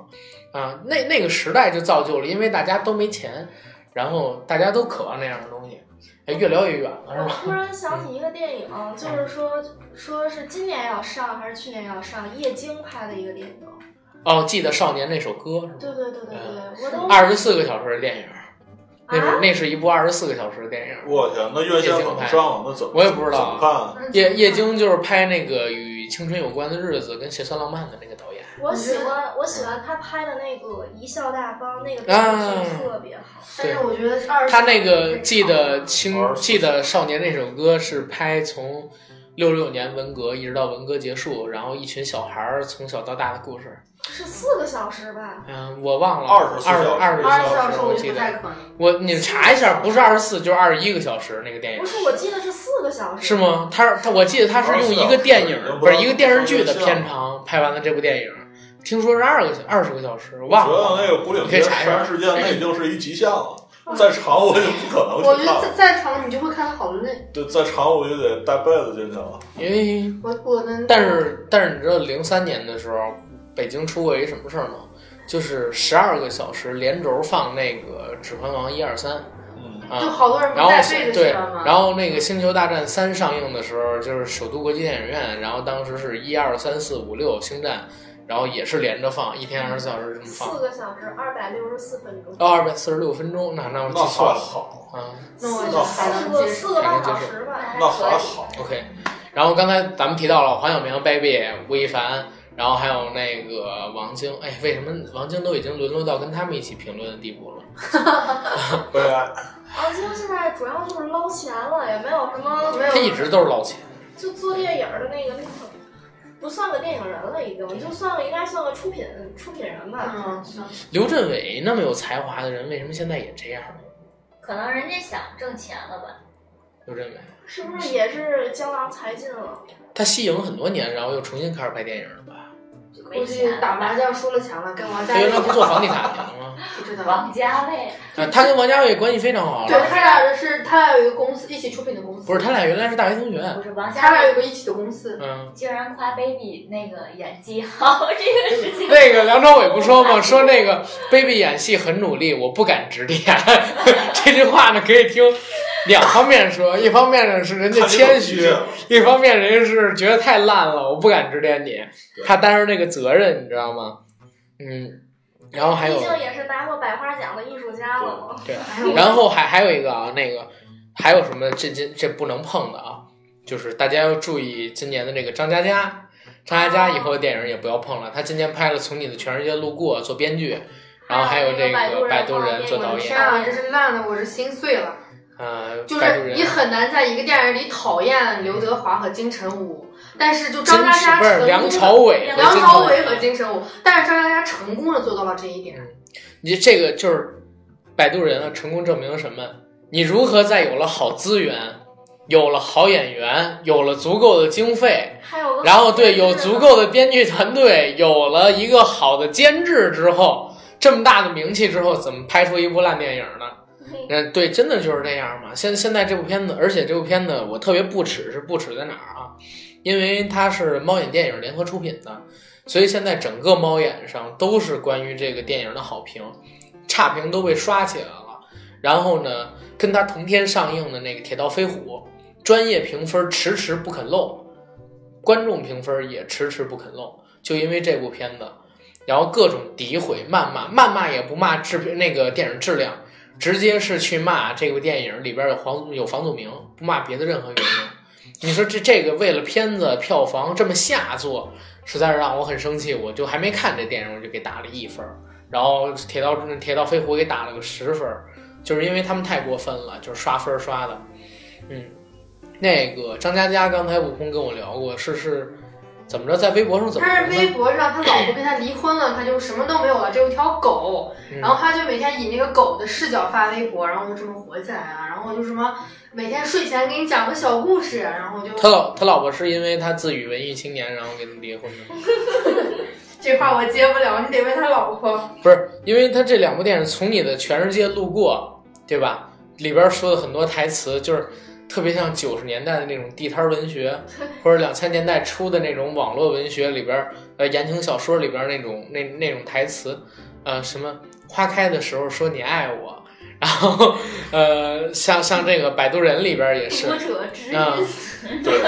[SPEAKER 2] 啊、那那个时代就造就了，因为大家都没钱，然后大家都渴望那样的东西。哎，越聊越远了，是
[SPEAKER 5] 我
[SPEAKER 2] 吧？
[SPEAKER 5] 突然想起一个电影，
[SPEAKER 4] 嗯
[SPEAKER 5] 就是说说是今年要上还是去年要上，叶京拍的一个电影。
[SPEAKER 2] 哦，记得《少年》那首歌是吗？
[SPEAKER 5] 对对对对
[SPEAKER 4] 嗯
[SPEAKER 5] 对，我都
[SPEAKER 2] 二十四个小时的电影，那是、
[SPEAKER 5] 啊
[SPEAKER 2] 那是一部二十四个小时的电影。
[SPEAKER 6] 我天，那院线
[SPEAKER 2] 夜
[SPEAKER 6] 怎
[SPEAKER 2] 经
[SPEAKER 6] 么
[SPEAKER 2] 拍
[SPEAKER 6] 上？那怎么
[SPEAKER 2] 我也不知道
[SPEAKER 6] 怎么看？
[SPEAKER 4] 哎
[SPEAKER 2] 叶叶京就是拍那个与青春有关的日子跟斜酸浪漫的那个导演。
[SPEAKER 5] 我喜欢我喜欢他拍的那个《一笑大方》，那个电视
[SPEAKER 4] 嗯
[SPEAKER 5] 剧特别好。
[SPEAKER 4] 但是我觉得二十
[SPEAKER 2] 他那个记得青
[SPEAKER 6] 24
[SPEAKER 2] 记得少年那首歌是拍从六六年文革一直到文革结束，然后一群小孩儿从小到大的故事。
[SPEAKER 5] 是四个小时吧？
[SPEAKER 2] 嗯，我忘了
[SPEAKER 6] 24小
[SPEAKER 2] 二十
[SPEAKER 6] 时
[SPEAKER 4] 二十四小
[SPEAKER 2] 小
[SPEAKER 4] 时
[SPEAKER 2] 我
[SPEAKER 4] 我
[SPEAKER 2] 记
[SPEAKER 4] 就不
[SPEAKER 2] 得
[SPEAKER 4] 太可能。
[SPEAKER 2] 我你查一下，不是二十四就是二十一个小时那个电影
[SPEAKER 5] 不。是，我记得是四个小时。
[SPEAKER 2] 是？吗？他他我记得他是用一个电影
[SPEAKER 6] 24小时
[SPEAKER 2] 不是一个电视剧的片长拍完了这部电影，听说是二个二十个小时，我忘
[SPEAKER 6] 觉得那
[SPEAKER 2] 了。
[SPEAKER 6] 个古岭
[SPEAKER 2] 啊你可以
[SPEAKER 6] 街
[SPEAKER 2] 查一
[SPEAKER 6] 杀
[SPEAKER 2] 下
[SPEAKER 6] 人事件，那已经是一极 限了。再长我就不可能
[SPEAKER 4] 我
[SPEAKER 6] 去
[SPEAKER 4] 觉
[SPEAKER 6] 看
[SPEAKER 4] 得再
[SPEAKER 6] 了，
[SPEAKER 4] 再长你就会看得好累。
[SPEAKER 6] 对，再长我就得带被子进去了。
[SPEAKER 2] 因为
[SPEAKER 4] 我我能，
[SPEAKER 2] 但是但是你知道零三年的时候，北京出过一什么事儿吗？就是十二个小时连轴放那个《指环王》一二三
[SPEAKER 6] 嗯，
[SPEAKER 4] 就
[SPEAKER 2] 啊，
[SPEAKER 4] 好多人不
[SPEAKER 2] 然后
[SPEAKER 4] 带被子去
[SPEAKER 2] 对
[SPEAKER 4] 了嘛，。
[SPEAKER 2] 然后那个《星球大战三》上映的时候，就是首都国际电影院，然后当时是一二三四五六星战，然后也是连着放，一天二十四小时这么放
[SPEAKER 5] 四，个小时，二百六十四分
[SPEAKER 4] 哦
[SPEAKER 5] 钟。
[SPEAKER 2] 到二百四十六分钟，那那我
[SPEAKER 6] 那
[SPEAKER 2] 记错
[SPEAKER 6] 还
[SPEAKER 2] 了
[SPEAKER 6] 好，
[SPEAKER 2] 啊。
[SPEAKER 4] 那我
[SPEAKER 5] 四
[SPEAKER 4] 就
[SPEAKER 5] 个
[SPEAKER 4] 还能
[SPEAKER 5] 四个
[SPEAKER 4] 接受
[SPEAKER 5] 四个半小时吧。
[SPEAKER 6] 那还好。
[SPEAKER 2] OK，然后刚才咱们提到了黄晓明、白碧、吴亦凡，然后还有那个王晶。哎，为什么王晶都已经沦落到跟他们一起评论的地步了？
[SPEAKER 6] 悲哀，
[SPEAKER 5] 王晶现在主要啊就是捞钱了，也没有什么
[SPEAKER 4] 没有
[SPEAKER 2] 他一直都是捞钱。
[SPEAKER 5] 就做电影的那个那个，不算个电影人了，已经就算个应该算个出品出品人吧。
[SPEAKER 4] 嗯，行
[SPEAKER 2] 刘镇伟那么有才华的人，为什么现在也这样呢？
[SPEAKER 3] 可能人家想挣钱了吧？
[SPEAKER 2] 刘镇伟，
[SPEAKER 5] 是不是也是江郎才尽了？
[SPEAKER 2] 他息影很多年，然后又重新开始拍电影了吧？
[SPEAKER 3] 就
[SPEAKER 4] 估
[SPEAKER 3] 没
[SPEAKER 4] 计
[SPEAKER 3] 钱
[SPEAKER 4] 嗯
[SPEAKER 3] 了吧
[SPEAKER 4] 打麻将输了钱了，跟王
[SPEAKER 2] 他
[SPEAKER 4] 家
[SPEAKER 2] 原
[SPEAKER 4] 卫
[SPEAKER 2] 来不做房地产去了 吗？
[SPEAKER 4] 不知道。
[SPEAKER 3] 王家卫，
[SPEAKER 2] 啊，他跟王家卫关系非常好。
[SPEAKER 4] 对他俩是，他俩有一个公司一起出品的公司，
[SPEAKER 2] 不是，他俩原来是大学同学。
[SPEAKER 3] 不是王
[SPEAKER 4] 他
[SPEAKER 3] 家
[SPEAKER 4] 俩有
[SPEAKER 3] 卫，
[SPEAKER 4] 个一起的公司。
[SPEAKER 2] 嗯，
[SPEAKER 3] 竟然夸 baby 那个演技好，这个事 情
[SPEAKER 2] 那个梁朝伟不说吗？说那个 baby 演戏很努力，我不敢指点。 这句话呢，可以听两方面 说，一方面呢是人家
[SPEAKER 6] 看这种
[SPEAKER 2] 谦
[SPEAKER 6] 极
[SPEAKER 2] 虚
[SPEAKER 6] 限，
[SPEAKER 2] 一方面人家是觉得太烂了，我不敢指点你。他担着那个责任，你知道吗？嗯，然后还有
[SPEAKER 5] 毕，竟也是拿过百花奖的艺术家了嘛。
[SPEAKER 4] 哎呦
[SPEAKER 2] 然后还还有一个啊，那个还有什么这这这不能碰的啊？就是大家要注意今年的这个张嘉佳，张嘉佳以后的电影也不要碰了。他今年拍了《从你的全世界路过》，做编剧，然后还有这
[SPEAKER 5] 还有那
[SPEAKER 2] 个
[SPEAKER 5] 个
[SPEAKER 2] 摆
[SPEAKER 5] 摆
[SPEAKER 2] 渡
[SPEAKER 5] 渡
[SPEAKER 2] 人
[SPEAKER 5] 人
[SPEAKER 2] 做导
[SPEAKER 4] 我的
[SPEAKER 2] 演
[SPEAKER 4] 天，啊，这是烂的，我是心碎了。
[SPEAKER 2] 呃，
[SPEAKER 4] 就
[SPEAKER 2] 摆渡
[SPEAKER 4] 是
[SPEAKER 2] 人
[SPEAKER 4] 你很难在一个电影里讨厌刘德华和金城武，但是就张嘉佳
[SPEAKER 2] 不是
[SPEAKER 4] 成
[SPEAKER 2] 梁
[SPEAKER 4] 功
[SPEAKER 2] 朝
[SPEAKER 4] 地
[SPEAKER 2] 伟和金城武，
[SPEAKER 4] 梁朝伟和金城武，但是张嘉佳成功的做到了这一点。
[SPEAKER 2] 你这个就是摆渡人啊，成功证明了什么？你如何在有了好资源、有了好演员、有了足够的经费，
[SPEAKER 5] 还有个
[SPEAKER 2] 然后对有足够的编剧团队，有了一个好的监制之后，这么大的名气之后，怎么拍出一部烂电影呢？嗯，对，真的就是这样嘛。现现在这部片子，而且这部片子我特别不耻，是不耻在哪儿啊？因为它是猫眼电影联合出品的，所以现在整个猫眼上都是关于这个电影的好评，差评都被刷起来了。然后呢，跟它同天上映的那个《铁道飞虎》，专业评分迟迟不肯漏，观众评分也迟迟不肯漏，就因为这部片子，然后各种诋毁、谩骂，谩骂也不骂制那个电影质量。直接是去骂这部电影里边有黄有房祖名，不骂别的任何原因。你说这这个为了片子票房这么下作，实在是让我很生气。我就还没看这电影，我就给打了一分儿，然后《铁道铁道飞狐》给打了个十分儿，就是因为他们太过分了，就是刷分儿刷的。嗯，那个张嘉佳刚才悟空跟我聊过，是是怎么着在微博上怎么
[SPEAKER 4] 他是
[SPEAKER 2] 评
[SPEAKER 4] 微
[SPEAKER 2] 的？
[SPEAKER 4] 博上，他老婆跟他离婚了，他就什么都没有了，只有条狗。
[SPEAKER 2] 嗯
[SPEAKER 4] 然后他就每天以那个狗的视角发微博，然后就这么火起来啊，然后就什么每天睡前给你讲个小故事，然后就
[SPEAKER 2] 他老他老婆是因为他自诩文艺青年，然后跟他离婚的。
[SPEAKER 4] 这话我接不了，你得问他老婆。
[SPEAKER 2] 不是，因为他这两部电影从你的全世界路过，对吧？里边说的很多台词就是特别像九十年代的那种地摊文学，或者两千年代初的那种网络文学里边，呃，言情小说里边那种那那种台词，呃，什么花开的时候说你爱我，然后呃，像像这个《摆渡人》里边也是
[SPEAKER 3] 读者知
[SPEAKER 2] 啊
[SPEAKER 3] 音，
[SPEAKER 6] 对，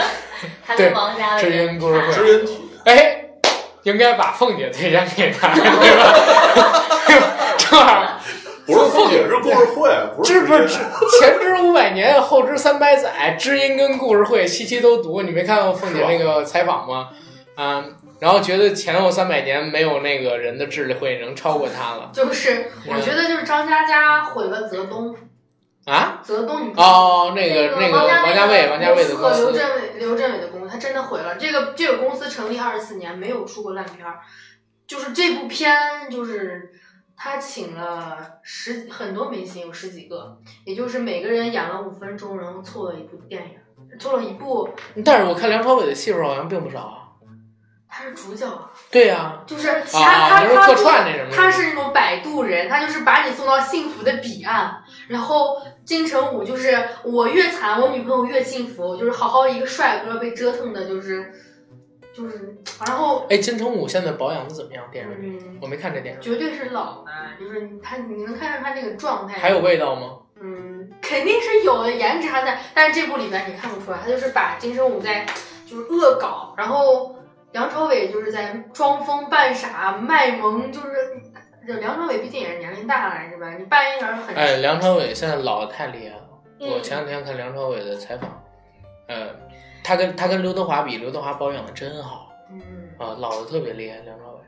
[SPEAKER 3] 他跟王家
[SPEAKER 2] 知
[SPEAKER 3] 卫
[SPEAKER 2] 音故事
[SPEAKER 6] 知
[SPEAKER 2] 会，
[SPEAKER 6] 音体，
[SPEAKER 2] 哎，应该把凤姐推荐给他，对吧？ 正好
[SPEAKER 6] 不是凤姐是故事会，不
[SPEAKER 2] 知
[SPEAKER 6] 是
[SPEAKER 2] 不知
[SPEAKER 6] 知音
[SPEAKER 2] 前知五百年，后知三百载，知音跟故事会期期都读。你没看过凤姐那个采访吗？啊、然后觉得前后三百年没有那个人的智慧能超过他了
[SPEAKER 4] 就是我觉得就是张嘉佳毁了泽东，
[SPEAKER 2] 啊！
[SPEAKER 4] 泽东你不
[SPEAKER 2] 哦，那个
[SPEAKER 5] 那
[SPEAKER 2] 那
[SPEAKER 5] 个
[SPEAKER 2] 个王家卫，王家卫的
[SPEAKER 4] 和
[SPEAKER 2] 公
[SPEAKER 4] 刘
[SPEAKER 2] 司，
[SPEAKER 4] 镇伟、刘镇伟的公司，他真的毁了这个这个公司成立二十四年，没有出过烂片儿，就是这部片就是他请了十很多明星，有十几个，也就是每个人演了五分钟，然后凑了一部电影，凑了一部，
[SPEAKER 2] 但是我看梁朝伟的戏份好像并不少啊。
[SPEAKER 4] 他是主角啊，
[SPEAKER 2] 对呀、
[SPEAKER 4] 就是
[SPEAKER 5] 啊
[SPEAKER 4] 他、
[SPEAKER 2] 啊，
[SPEAKER 4] 他
[SPEAKER 2] 你说
[SPEAKER 4] 他
[SPEAKER 2] 客串那什么的？
[SPEAKER 4] 他是那种摆渡人，他就是把你送到幸福的彼岸。然后金城武就是我越惨，我女朋友越幸福，就是好好一个帅哥被折腾的，就是就是，然后
[SPEAKER 2] 哎，金城武现在保养的怎么样？电视剧
[SPEAKER 4] 嗯
[SPEAKER 2] 我，没看这电视剧，
[SPEAKER 4] 绝对是老的，就是他你能看出他那个状态，
[SPEAKER 2] 还有味道吗？
[SPEAKER 4] 嗯，肯定是有的颜值还在，但是这部里面你看不出来，他就是把金城武在就是恶搞，然后梁朝伟就是在装疯扮傻、卖萌，就是梁朝伟毕竟也是年龄大了，是吧？你扮一个人很
[SPEAKER 2] 哎，梁朝伟现在老的太厉害了。
[SPEAKER 5] 嗯
[SPEAKER 2] 我前两天看梁朝伟的采访，呃，他跟他跟刘德华比，刘德华保养的真好
[SPEAKER 4] 嗯
[SPEAKER 2] 啊、老的特别厉害，梁朝伟。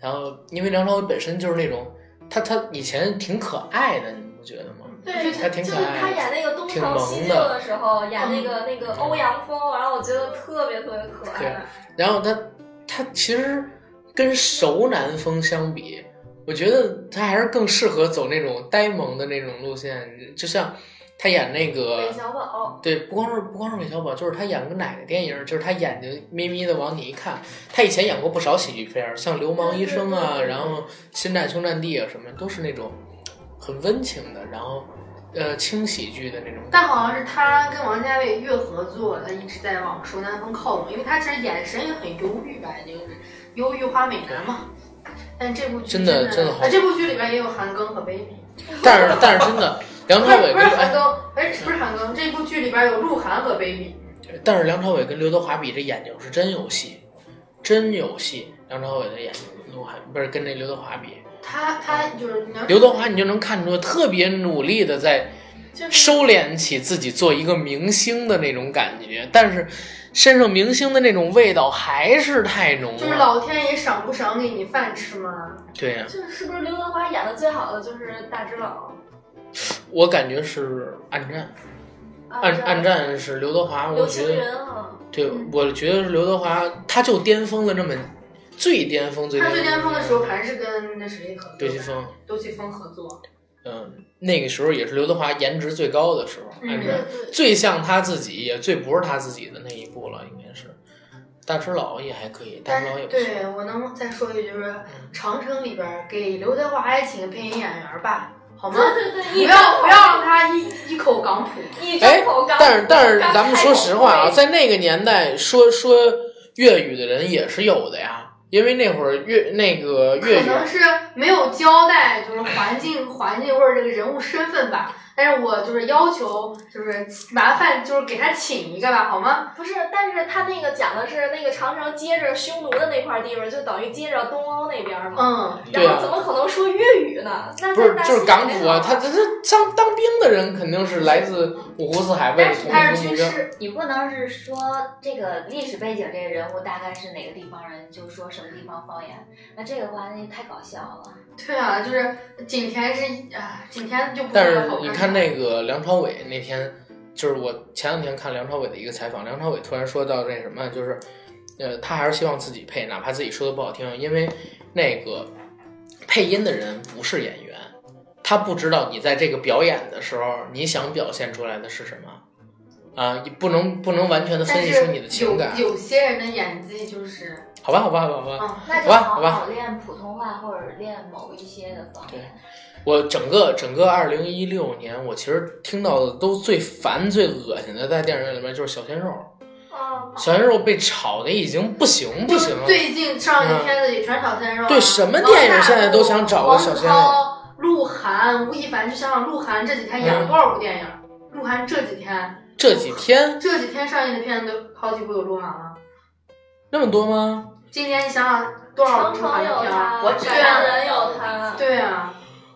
[SPEAKER 2] 然后，因为梁朝伟本身就是那种，他他以前挺可爱的，你不觉得吗？
[SPEAKER 5] 对，
[SPEAKER 2] 还挺
[SPEAKER 5] 就
[SPEAKER 2] 可
[SPEAKER 5] 是
[SPEAKER 2] 爱
[SPEAKER 5] 他
[SPEAKER 2] 的。
[SPEAKER 5] 演那个《东
[SPEAKER 2] 挺
[SPEAKER 5] 成
[SPEAKER 2] 萌
[SPEAKER 5] 西就》
[SPEAKER 2] 的
[SPEAKER 5] 的时候，演那
[SPEAKER 3] 嗯
[SPEAKER 5] 个那个欧阳锋，然后我觉得特别特别可
[SPEAKER 2] 对
[SPEAKER 5] 爱。
[SPEAKER 2] 然后他他其实跟熟男风相比，我觉得他还是更适合走那种呆萌的那种路线，就像他演那个
[SPEAKER 5] 韦小宝，
[SPEAKER 2] 对，不光是不光是韦小宝，就是他演过哪个电影，就是他眼睛眯眯的往你一看。他以前演过不少喜剧片儿，像《流氓医生》啊，然后《新战兄战弟》啊，什么都是那种很温情的，然后呃轻喜剧的那种。
[SPEAKER 4] 但好像是他跟王家卫越合作，他一直在往熟男风靠拢，因为他其实眼神也很忧郁吧，就是忧郁花美男嘛。但这部剧
[SPEAKER 2] 真的
[SPEAKER 4] 的
[SPEAKER 2] 真的好
[SPEAKER 4] 啊这部剧里面也有韩庚和 baby。
[SPEAKER 2] 但是但是真 的，梁
[SPEAKER 4] 不
[SPEAKER 2] 朝
[SPEAKER 4] 是
[SPEAKER 2] 伟
[SPEAKER 4] 不
[SPEAKER 2] 跟
[SPEAKER 4] 是韩
[SPEAKER 2] 哎，
[SPEAKER 4] 庚，哎，不是韩庚，这部剧里边有鹿晗和 baby，
[SPEAKER 2] 哎但是梁朝伟跟刘德华比，这眼睛是真有戏，真有戏。梁朝伟的眼睛，鹿晗不是跟那刘德华比，
[SPEAKER 4] 他他就是你要
[SPEAKER 2] 啊刘德华你就能看出特别努力的在
[SPEAKER 5] 就是
[SPEAKER 2] 收敛起自己做一个明星的那种感觉，但是身上明星的那种味道还是太浓
[SPEAKER 4] 就是
[SPEAKER 2] 了。
[SPEAKER 4] 老天爷赏不赏给你饭吃嘛？
[SPEAKER 2] 对啊呀、
[SPEAKER 5] 就是是不是刘德华演的最好的就是大只佬？
[SPEAKER 2] 我感觉是暗战，
[SPEAKER 5] 啊
[SPEAKER 2] 暗暗，战是刘德华，
[SPEAKER 5] 这
[SPEAKER 2] 我
[SPEAKER 5] 刘
[SPEAKER 2] 觉
[SPEAKER 5] 青
[SPEAKER 2] 得
[SPEAKER 5] 云啊，
[SPEAKER 2] 对，
[SPEAKER 4] 嗯
[SPEAKER 2] 我觉得是刘德华，他就巅峰了这么最巅峰最
[SPEAKER 4] 他最巅峰的时
[SPEAKER 2] 候，
[SPEAKER 4] 候还是跟那谁合作，
[SPEAKER 2] 刘奇峰，
[SPEAKER 4] 刘奇峰合作，
[SPEAKER 2] 嗯，那个时候也是刘德华颜值最高的时候，
[SPEAKER 4] 嗯
[SPEAKER 2] 暗
[SPEAKER 5] 对
[SPEAKER 2] 战
[SPEAKER 5] 对，
[SPEAKER 2] 最像他自己，也最不是他自己的那一部了，应该是。大只佬也还可以，大
[SPEAKER 4] 但
[SPEAKER 2] 只佬也
[SPEAKER 4] 是
[SPEAKER 2] 不错。
[SPEAKER 4] 对我能再说一句，就是
[SPEAKER 2] 嗯
[SPEAKER 4] 长城里边给刘德华也请个配音演员吧，好吗？
[SPEAKER 5] 对对
[SPEAKER 4] 不
[SPEAKER 5] 对，
[SPEAKER 4] 要不要让他一一口港普，
[SPEAKER 5] 一
[SPEAKER 2] 哎
[SPEAKER 5] 张口刚，
[SPEAKER 2] 但是但是，
[SPEAKER 5] 刚
[SPEAKER 2] 咱们
[SPEAKER 5] 开
[SPEAKER 2] 说
[SPEAKER 5] 口
[SPEAKER 2] 实话啊，
[SPEAKER 5] 对
[SPEAKER 2] 在那个年代说说粤语的人也是有的呀，因为那会儿粤那个粤
[SPEAKER 4] 可
[SPEAKER 2] 语，
[SPEAKER 4] 能是没有交代，就是环境环境或者这个人物身份吧。但是我就是要求，就是麻烦就是给他请一个吧，好吗？嗯
[SPEAKER 5] 不是，但是他那个讲的是那个长城接着匈奴的那块地方，就等于接着东欧那边儿嘛。
[SPEAKER 4] 嗯，
[SPEAKER 2] 对
[SPEAKER 5] 然
[SPEAKER 2] 啊
[SPEAKER 5] 后怎，么可能说粤语呢？那
[SPEAKER 2] 不是就是港
[SPEAKER 5] 普
[SPEAKER 2] 普啊，他这这当当兵的人肯定是来自五湖四海，为了
[SPEAKER 3] 但是
[SPEAKER 2] 同
[SPEAKER 4] 他
[SPEAKER 2] 一个
[SPEAKER 4] 是
[SPEAKER 2] 目
[SPEAKER 4] 军
[SPEAKER 2] 标。
[SPEAKER 4] 师，
[SPEAKER 3] 你不能是说这个历史背景，这个人物大概是哪个地方人，就说什么地方方言，那这个话那就太搞笑了。
[SPEAKER 4] 对啊，就是景甜是啊，景甜就不
[SPEAKER 2] 但
[SPEAKER 4] 是
[SPEAKER 2] 是
[SPEAKER 4] 好
[SPEAKER 2] 你
[SPEAKER 4] 看
[SPEAKER 2] 看
[SPEAKER 4] 的
[SPEAKER 2] 那个梁朝伟那天，就是我前两天看梁朝伟的一个采访，梁朝伟突然说到那什么，就是，呃，他还是希望自己配，哪怕自己说的不好听，因为那个配音的人不是演员，他不知道你在这个表演的时候你想表现出来的是什么。啊，你不能不能完全的分
[SPEAKER 4] 但
[SPEAKER 2] 析
[SPEAKER 4] 是
[SPEAKER 2] 出你的情感，
[SPEAKER 4] 有有些人的演技就是，
[SPEAKER 2] 好吧，好吧，好吧，好吧。
[SPEAKER 4] 啊，
[SPEAKER 3] 那就
[SPEAKER 2] 好吧
[SPEAKER 3] 好
[SPEAKER 2] 好吧
[SPEAKER 3] 好练普通话或者练某一些的方言。
[SPEAKER 2] 我整个整个二零一六年，我其实听到的都最烦、最恶心的，在电影院里面就是小鲜肉。
[SPEAKER 5] 啊，
[SPEAKER 2] 小鲜肉被炒的已经不行不行嗯
[SPEAKER 4] 就
[SPEAKER 2] 了。
[SPEAKER 4] 最近上映片子里全小鲜肉啊，
[SPEAKER 2] 对什么电影现在都想找个小鲜肉
[SPEAKER 4] 王大陆。王鹿晗、吴亦凡，就想想鹿晗这几天
[SPEAKER 2] 嗯
[SPEAKER 4] 演了多少部电影？鹿晗这几天
[SPEAKER 2] 这几天
[SPEAKER 4] 这几天上映的片子都好几部有鹿晗了。
[SPEAKER 2] 那么多吗？
[SPEAKER 4] 今年你想想多少
[SPEAKER 5] 长
[SPEAKER 4] 部
[SPEAKER 5] 城
[SPEAKER 4] 韩
[SPEAKER 5] 有
[SPEAKER 4] 片儿？
[SPEAKER 5] 他，
[SPEAKER 3] 我只
[SPEAKER 5] 海
[SPEAKER 4] 看
[SPEAKER 5] 南
[SPEAKER 4] 了
[SPEAKER 5] 人有他，
[SPEAKER 4] 对啊，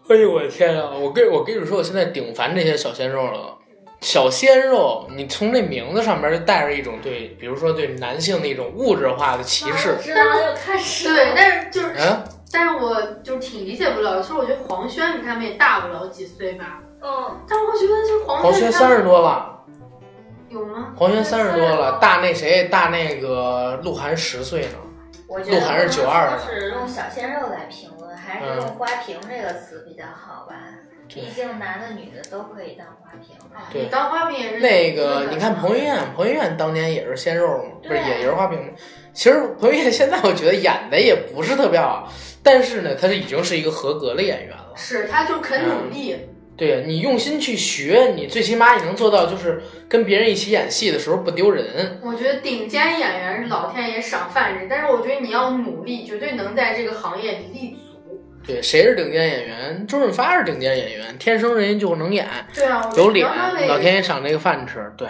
[SPEAKER 2] 哎呦我的天啊！我跟我跟你说，我现在顶烦这些小鲜肉了。小鲜肉，你从这名字上面就带着一种对，比如说对男性的一种物质化的歧视。
[SPEAKER 5] 知道又开始
[SPEAKER 4] 对，但是就是，
[SPEAKER 2] 嗯，
[SPEAKER 4] 但是我就是挺理解不了。其实我觉得黄轩比他们也大不了几岁吧，
[SPEAKER 5] 嗯，
[SPEAKER 4] 但我觉得就是黄
[SPEAKER 2] 黄
[SPEAKER 4] 轩
[SPEAKER 2] 轩
[SPEAKER 4] 他
[SPEAKER 2] 三十多了，
[SPEAKER 4] 有吗？
[SPEAKER 2] 黄轩三十多了，大那谁大那个鹿晗十岁呢。
[SPEAKER 3] 我觉得
[SPEAKER 2] 鹿晗是92
[SPEAKER 3] 不能
[SPEAKER 2] 的嗯
[SPEAKER 3] 说是用小鲜肉来评论，还是用“花瓶”这个词比较好吧？
[SPEAKER 2] 对
[SPEAKER 3] 毕竟男的女的都可以当花瓶。
[SPEAKER 2] 对
[SPEAKER 4] 啊你当花瓶也是
[SPEAKER 2] 那个，你看彭于
[SPEAKER 4] 于
[SPEAKER 2] 晏，彭于晏当年也是鲜肉嘛，不是
[SPEAKER 3] 对
[SPEAKER 2] 也也是花瓶吗？其实彭于晏现在我觉得演的也不是特别好，但是呢，他是已经是一个合格的演员了。
[SPEAKER 4] 是他就肯
[SPEAKER 2] 嗯
[SPEAKER 4] 努力，
[SPEAKER 2] 对啊你用心去学，你最起码也能做到，就是跟别人一起演戏的时候不丢人。
[SPEAKER 4] 我觉得顶尖演员是老天爷赏饭吃，但是我觉得你要努力，绝对能在这个行业里立足。
[SPEAKER 2] 对，谁是顶尖演员？周润发是顶尖演员，天生人家就能演，
[SPEAKER 4] 对啊，我觉得
[SPEAKER 2] 有脸
[SPEAKER 4] 梁朝，伟嗯
[SPEAKER 2] 老天爷赏这个饭吃。对，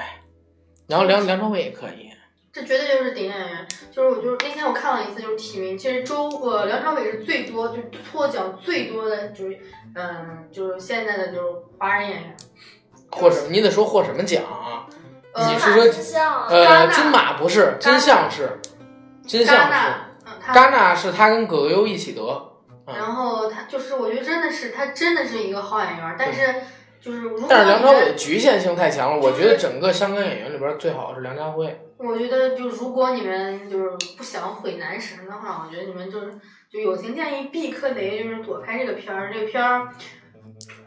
[SPEAKER 2] 然后梁梁朝伟也可以。
[SPEAKER 4] 这绝对就是顶尖演员。就是我就是那天我看了一次，就是提名，其实周呃梁朝伟是最多就是获奖最多的，就是嗯就是现在的就是华人演员，
[SPEAKER 2] 获什么？你得说获什么奖啊？
[SPEAKER 4] 呃
[SPEAKER 2] 你是说
[SPEAKER 5] 金像啊，
[SPEAKER 2] 呃，
[SPEAKER 4] 戛纳
[SPEAKER 2] 金马不是，
[SPEAKER 4] 戛纳
[SPEAKER 2] 金像是，金像
[SPEAKER 4] 戛
[SPEAKER 2] 是。
[SPEAKER 4] 纳，哦嗯他
[SPEAKER 2] 戛纳是他跟葛优一起得，
[SPEAKER 4] 然后他就是我觉得真的是他真的是一个好演员，但是就是如果
[SPEAKER 2] 但是梁
[SPEAKER 4] 你
[SPEAKER 2] 朝
[SPEAKER 4] 在
[SPEAKER 2] 伟局限性太强了。我
[SPEAKER 4] 就
[SPEAKER 2] 觉
[SPEAKER 4] 是
[SPEAKER 2] 得整个香港演员里边最好是梁家辉。
[SPEAKER 4] 我觉得，就如果你们就是不想毁男神的话，我觉得你们就是就友情建议避颗雷，就是躲开这个片儿。这个片儿，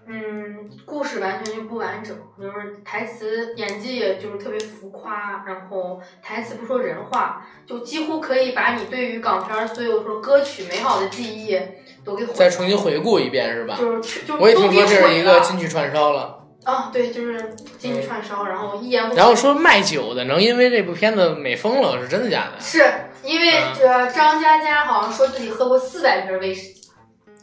[SPEAKER 4] 嗯，故事完全就不完整，就是台词、演技也就是特别浮夸，然后台词不说人话，就几乎可以把你对于港片儿所有说歌曲美好的记忆都给毁了
[SPEAKER 2] 再重新回顾一遍是吧？
[SPEAKER 4] 就是去就是
[SPEAKER 2] 我也听
[SPEAKER 4] 都给
[SPEAKER 2] 说这是一
[SPEAKER 4] 毁
[SPEAKER 2] 个
[SPEAKER 4] 了
[SPEAKER 2] 金曲串烧了，
[SPEAKER 4] 啊，对，就是进去串烧，然后一言不合
[SPEAKER 2] 然后说卖酒的能因为这部片子美疯了，是真的假的？
[SPEAKER 4] 是因为
[SPEAKER 2] 嗯
[SPEAKER 4] 这个张嘉佳好像说自己喝过四百瓶威士忌，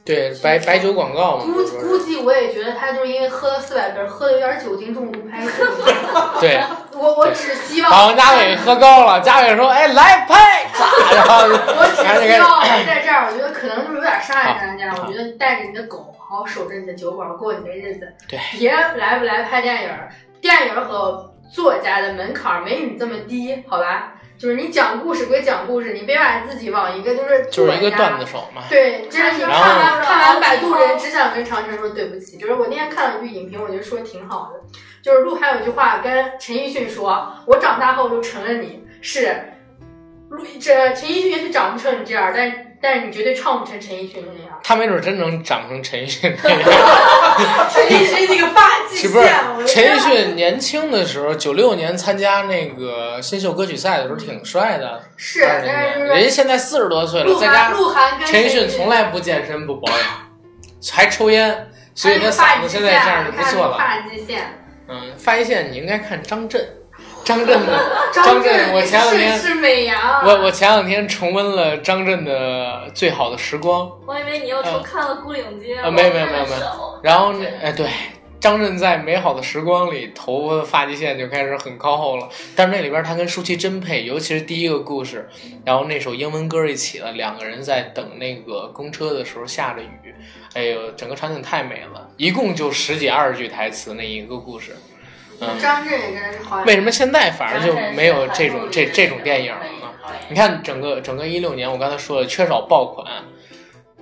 [SPEAKER 2] 对，白白酒广告嘛，
[SPEAKER 4] 估
[SPEAKER 2] 不
[SPEAKER 4] 计
[SPEAKER 2] 是
[SPEAKER 4] 估
[SPEAKER 2] 说是
[SPEAKER 4] 计我也觉得他就是因为喝了四百瓶，喝的有点酒精中毒拍的。
[SPEAKER 2] 对。
[SPEAKER 4] 我我只希望，
[SPEAKER 2] 好，嘉伟喝高了，嘉伟说：“哎，来拍，咋然后
[SPEAKER 4] 我只
[SPEAKER 2] 然后就开
[SPEAKER 4] 希
[SPEAKER 2] 始
[SPEAKER 4] 望我在这儿，我觉得可能就是有点伤害张嘉佳。
[SPEAKER 2] 好
[SPEAKER 4] 我觉得你带着你的狗好好守着你的酒馆，过你的日子，
[SPEAKER 2] 对
[SPEAKER 4] 别来不来拍电影儿，电影儿和作家的门槛儿没你这么低，好吧？就是你讲故事归讲故事，你别把自己往一个就是
[SPEAKER 2] 就是一个
[SPEAKER 4] 作家
[SPEAKER 2] 段子手嘛。
[SPEAKER 4] 对，真的是
[SPEAKER 5] 然
[SPEAKER 2] 后
[SPEAKER 4] 看完看完《摆渡人》，只想跟长城说对不起。就是我那天看了一句影评，我觉得说得挺好的，就是鹿晗有句话跟陈奕迅说：“我长大后就成了你。”是，鹿这陈奕迅也许长不成你这样，但但是你绝对唱不成陈奕迅那样。
[SPEAKER 2] 他没准真能长成陈奕迅那样。”
[SPEAKER 4] 陈奕迅那个发际
[SPEAKER 2] 是
[SPEAKER 4] 线，
[SPEAKER 2] 不是
[SPEAKER 4] 我？
[SPEAKER 2] 陈
[SPEAKER 4] 觉得
[SPEAKER 2] 奕迅年轻的时候，九六年参加那个新秀歌曲赛的时候挺帅的，
[SPEAKER 4] 是，但是
[SPEAKER 2] 人
[SPEAKER 4] 就
[SPEAKER 2] 家
[SPEAKER 4] 是
[SPEAKER 2] 现在四十多岁了，
[SPEAKER 4] 鹿
[SPEAKER 2] 在家
[SPEAKER 4] 晗，鹿晗跟
[SPEAKER 2] 陈奕
[SPEAKER 4] 奕
[SPEAKER 2] 迅从来不健身不保养，还抽烟，所以
[SPEAKER 4] 他那
[SPEAKER 2] 他嗓
[SPEAKER 4] 个发际
[SPEAKER 2] 子
[SPEAKER 4] 线
[SPEAKER 2] 现在这样就不错
[SPEAKER 4] 你
[SPEAKER 2] 了。
[SPEAKER 4] 看那个发际线，
[SPEAKER 2] 嗯，发际线你应该看张震，张震的张震，
[SPEAKER 4] 震，
[SPEAKER 2] 我前两天
[SPEAKER 4] 是是美羊，
[SPEAKER 2] 我我前两天重温了张震的《最好的时光》。
[SPEAKER 5] 我以为你又重看了《孤岭街》
[SPEAKER 2] 嗯啊没有没有没有没有
[SPEAKER 5] 有，
[SPEAKER 2] 然后那哎对，张震在《美好的时光》里头发的发际线就开始很靠后了，但是那里边他跟舒淇真配，尤其是第一个故事，然后那首英文歌一起了，两个人在等那个公车的时候下着雨，哎呦，整个场景太美了，一共就十几二十句台词那一个故事，嗯，
[SPEAKER 4] 张震也真的是好演员。
[SPEAKER 2] 为什么现在反而就没有这种
[SPEAKER 3] 张震是很
[SPEAKER 2] 这
[SPEAKER 3] 有
[SPEAKER 2] 这种电影了呢？你看整个整个一六年，我刚才说了，缺少爆款，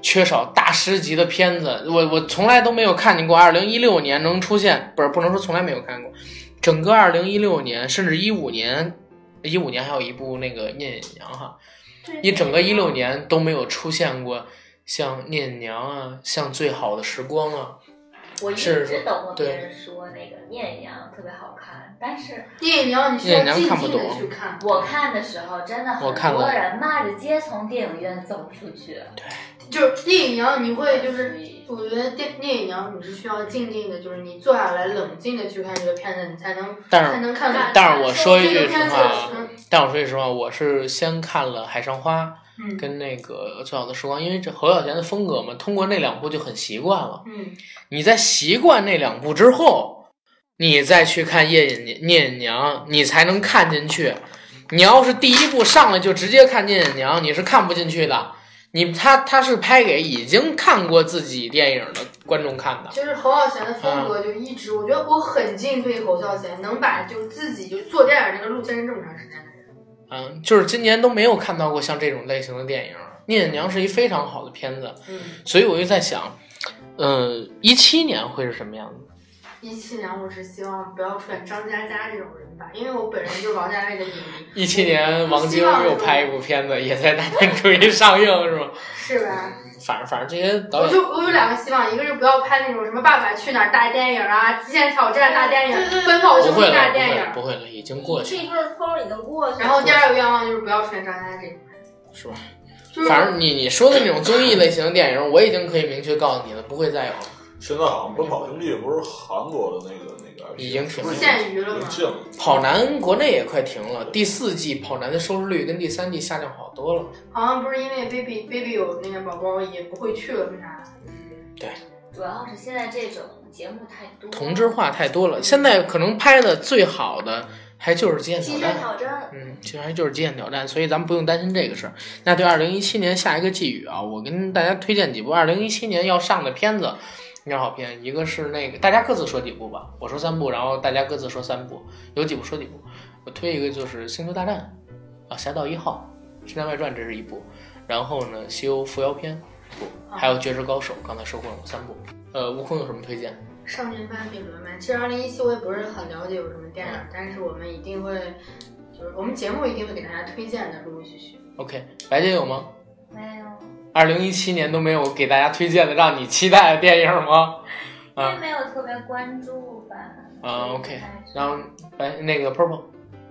[SPEAKER 2] 缺少大师级的片子，我我从来都没有看见过。二零一六年能出现，不是不能说从来没有看过，整个二零一六年甚至一五年，一五年还有一部那个《聂隐娘》哈，你整个一六年都没有出现过像《聂隐娘》啊，像《最好的时光》啊，
[SPEAKER 3] 我一
[SPEAKER 2] 是
[SPEAKER 3] 直等过别
[SPEAKER 2] 对
[SPEAKER 3] 人说那个《艳阳》特别好看，但是
[SPEAKER 4] 聂隐娘，你需要静静的去看。
[SPEAKER 3] 我看的时候真的
[SPEAKER 2] 我
[SPEAKER 3] 很
[SPEAKER 2] 看了
[SPEAKER 3] 多人骂着街从电影院走出去。
[SPEAKER 4] 就是聂隐娘，你会就是，我觉得聂聂隐娘你是需要静静的，就是你坐下来冷静的去看这个片子，你才能
[SPEAKER 2] 但
[SPEAKER 4] 才
[SPEAKER 2] 是。
[SPEAKER 4] 能看懂。
[SPEAKER 2] 但是我说一
[SPEAKER 4] 这
[SPEAKER 2] 句
[SPEAKER 4] 个
[SPEAKER 2] 实
[SPEAKER 4] 片子
[SPEAKER 2] 话，啊
[SPEAKER 4] 是，
[SPEAKER 2] 但我说句实话，我是先看了《海上花》，
[SPEAKER 4] 嗯
[SPEAKER 2] 跟那个《最好的时光》，因为这侯孝贤的风格嘛，通过那两部就很习惯了。
[SPEAKER 4] 嗯
[SPEAKER 2] 你在习惯那两部之后，你再去看夜隐聂隐娘，你才能看进去。你要是第一部上来就直接看聂隐娘，你是看不进去的。你他他是拍给已经看过自己电影的观众看的，
[SPEAKER 4] 其实侯孝贤的风格就一直，我觉得我很敬佩侯孝贤，能把就自己就做电影这个路坚持这么长时间的人。
[SPEAKER 2] 嗯，就是今年都没有看到过像这种类型的电影。聂隐娘是一非常好的片子，
[SPEAKER 4] 嗯，
[SPEAKER 2] 所以我就在想，呃，一七年会是什么样子？
[SPEAKER 4] 一七年我是希望不要出现张嘉佳这种人吧，因为我本人就是王家卫的影迷，
[SPEAKER 2] 一七年王晶又拍一部片子，也在大年初一上映，是吗？
[SPEAKER 4] 是吧？
[SPEAKER 2] 反正反正这些导
[SPEAKER 4] 我
[SPEAKER 2] 演。
[SPEAKER 4] 就我有两个希望，一个是不要拍那种什么《爸爸去哪儿》大电影啊，《极限挑战》大电影，
[SPEAKER 5] 对对对
[SPEAKER 4] 《奔跑
[SPEAKER 2] 不
[SPEAKER 4] 兄弟
[SPEAKER 2] 会》了，
[SPEAKER 4] 大
[SPEAKER 2] 不
[SPEAKER 4] 电
[SPEAKER 2] 会了，
[SPEAKER 4] 影。
[SPEAKER 2] 不会了，已经过去
[SPEAKER 5] 这
[SPEAKER 2] 了，
[SPEAKER 5] 一阵风已经过去了。
[SPEAKER 4] 然后第二个愿望就是不要出现张嘉佳这种，
[SPEAKER 2] 是吧？
[SPEAKER 4] 就是
[SPEAKER 2] 反正你你说的那种综艺类型的电影，我已经可以明确告诉你了，不会再有了。
[SPEAKER 6] 现在好像《奔跑兄弟》不是韩国的那个那个 IP，
[SPEAKER 2] 已经停了
[SPEAKER 6] 不是
[SPEAKER 4] 限娱了
[SPEAKER 6] 已
[SPEAKER 4] 吗
[SPEAKER 6] 经禁了。
[SPEAKER 2] 跑男国内也快停
[SPEAKER 4] 嗯
[SPEAKER 2] 了，第四季跑男的收视率跟第三季下降好多了。
[SPEAKER 4] 好像不是因为 baby baby 有那个宝宝也不会去了那啥，
[SPEAKER 3] 主要是现在这种节目太多，
[SPEAKER 2] 同质化太多
[SPEAKER 4] 嗯
[SPEAKER 2] 了，现在可能拍的最好的还就是《极限
[SPEAKER 5] 极
[SPEAKER 2] 挑战》。
[SPEAKER 5] 限挑战，
[SPEAKER 2] 嗯，其实还就是极限挑战，所以咱们不用担心这个事儿。那对二零一七年下一个寄语啊，我跟大家推荐几部二零一七年要上的片子，你好片。一个是那个，大家各自说几部吧，我说三部，然后大家各自说三部，有几部说几部。我推一个就是《星球大战》，啊，《侠盗一号》《神探外传》这是一部，然后呢，《西游伏妖篇》一部，还有《绝世高手》，刚才说过了三部。呃，悟空有什么推荐？
[SPEAKER 4] 少年班比伦班。其实二零一七我也不是很了解有什么电影，但是我们一定会，就是我们节目一定会给大家推荐的，陆陆续续。
[SPEAKER 2] OK，白姐有吗？
[SPEAKER 3] 没有，
[SPEAKER 2] 二零一七年都没有给大家推荐的让你期待的电影吗？
[SPEAKER 3] 因
[SPEAKER 2] 啊
[SPEAKER 3] 为没有特别关注吧。
[SPEAKER 2] 啊，OK，然
[SPEAKER 3] 然后
[SPEAKER 2] 后白那个 purple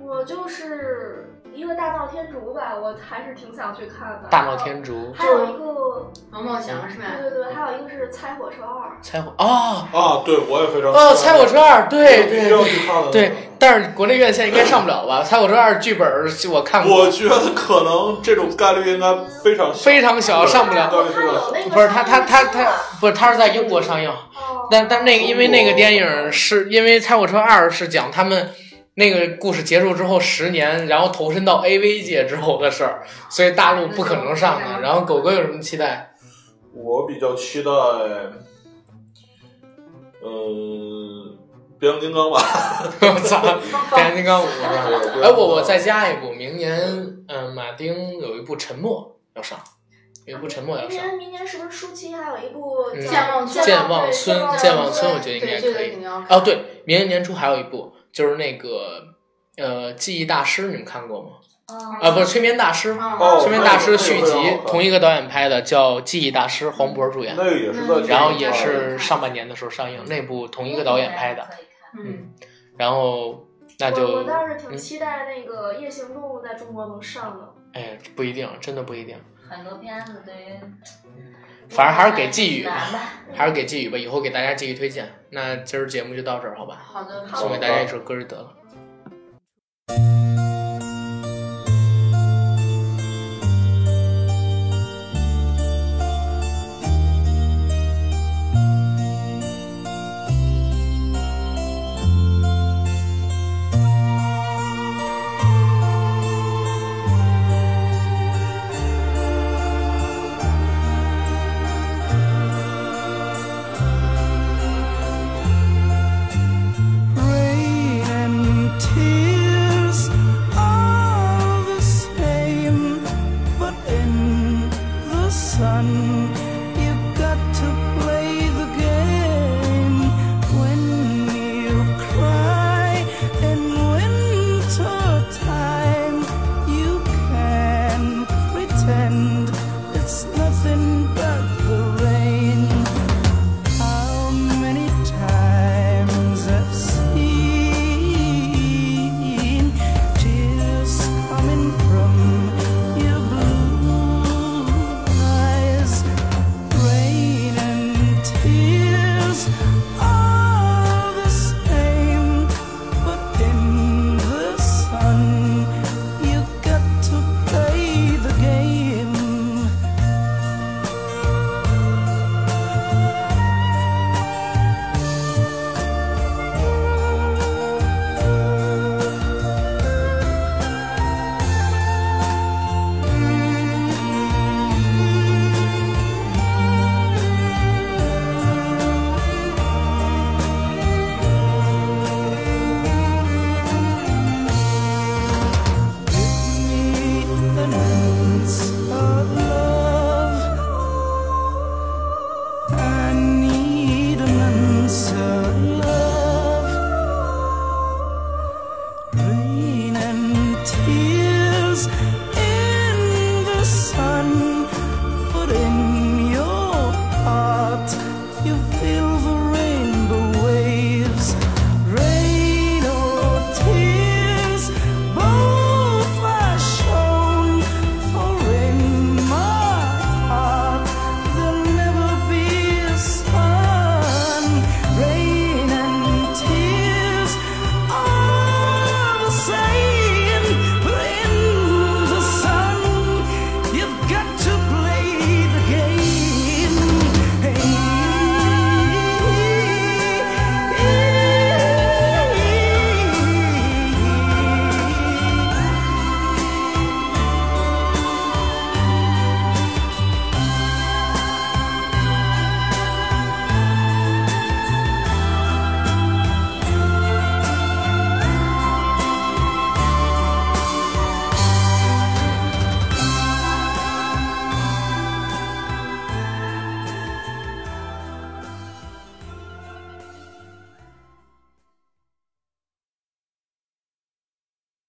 [SPEAKER 5] 我就是一个大闹天竺吧，我还是挺想去看的。
[SPEAKER 2] 大闹天竺
[SPEAKER 5] 还有一个，
[SPEAKER 4] 王宝强是吧？
[SPEAKER 5] 对对对，还有一个是《猜火车二
[SPEAKER 2] 猜火哦
[SPEAKER 6] 啊，对，我也非常
[SPEAKER 2] 哦，猜火车二，对
[SPEAKER 6] 必须
[SPEAKER 2] 对
[SPEAKER 6] 要
[SPEAKER 2] 对
[SPEAKER 6] 去看的。
[SPEAKER 2] 对，但是国内院线应该上不了吧？猜火车二剧本儿我看过
[SPEAKER 6] 我，觉得可能这种概率应该非常小
[SPEAKER 2] 非常小，上不了。
[SPEAKER 5] 我看有那个
[SPEAKER 2] 不是他他他
[SPEAKER 5] 上映期了
[SPEAKER 2] 他不是他是在英国上映，
[SPEAKER 5] 哦，
[SPEAKER 2] 但但那个因为那个电影是因为猜火车二是讲他们。那个故事结束之后十年，然后投身到 AV 界之后的事儿，所以大陆不可能上的。然后狗哥有什么期待？
[SPEAKER 6] 我比较期待，呃嗯，变形金刚吧。
[SPEAKER 2] 我操！变形金刚五是吧？哎，我我再
[SPEAKER 6] 在
[SPEAKER 2] 加一部，明年嗯、呃马丁有一部《沉默》要上，有一部《沉默》要
[SPEAKER 5] 明
[SPEAKER 2] 上。
[SPEAKER 5] 年明年是不是舒淇还有一部
[SPEAKER 2] 嗯
[SPEAKER 5] 叫
[SPEAKER 4] 健忘村
[SPEAKER 2] 健忘村健忘
[SPEAKER 5] 对健忘
[SPEAKER 2] 村
[SPEAKER 5] 村
[SPEAKER 2] 我觉得应该可
[SPEAKER 4] 对，
[SPEAKER 2] 以
[SPEAKER 4] 这个肯定要看
[SPEAKER 2] 哦，，对，明年年初还有一部，就是那个呃《记忆大师》，你们看过吗？
[SPEAKER 3] 哦
[SPEAKER 2] 啊，不是《催眠大师》，《
[SPEAKER 4] 啊
[SPEAKER 6] 哦
[SPEAKER 2] 催眠大师》续
[SPEAKER 6] 那个非
[SPEAKER 2] 集
[SPEAKER 6] 常好，看
[SPEAKER 2] 同一个导演拍的，叫《记忆大师》，黄渤主演
[SPEAKER 6] 那，个也是在，
[SPEAKER 2] 然后
[SPEAKER 4] 嗯
[SPEAKER 2] 也是上半
[SPEAKER 6] 年。
[SPEAKER 2] 年的时候上映，那部同一个导演拍的，
[SPEAKER 3] 可以看
[SPEAKER 4] 嗯，
[SPEAKER 2] 然后那
[SPEAKER 5] 我我
[SPEAKER 2] 就
[SPEAKER 5] 倒是挺
[SPEAKER 2] 嗯
[SPEAKER 5] 期待那个《夜行动物》在中国能上的。
[SPEAKER 2] 哎不一定，真的不一定。
[SPEAKER 3] 很多片子对于，
[SPEAKER 2] 反正还是给寄予吧
[SPEAKER 3] 难吧。
[SPEAKER 2] 还是给寄予吧，以后给大家继续推荐。那今儿节目就到这儿，好吧？
[SPEAKER 4] 好的，
[SPEAKER 2] 送给大家一首歌就得了。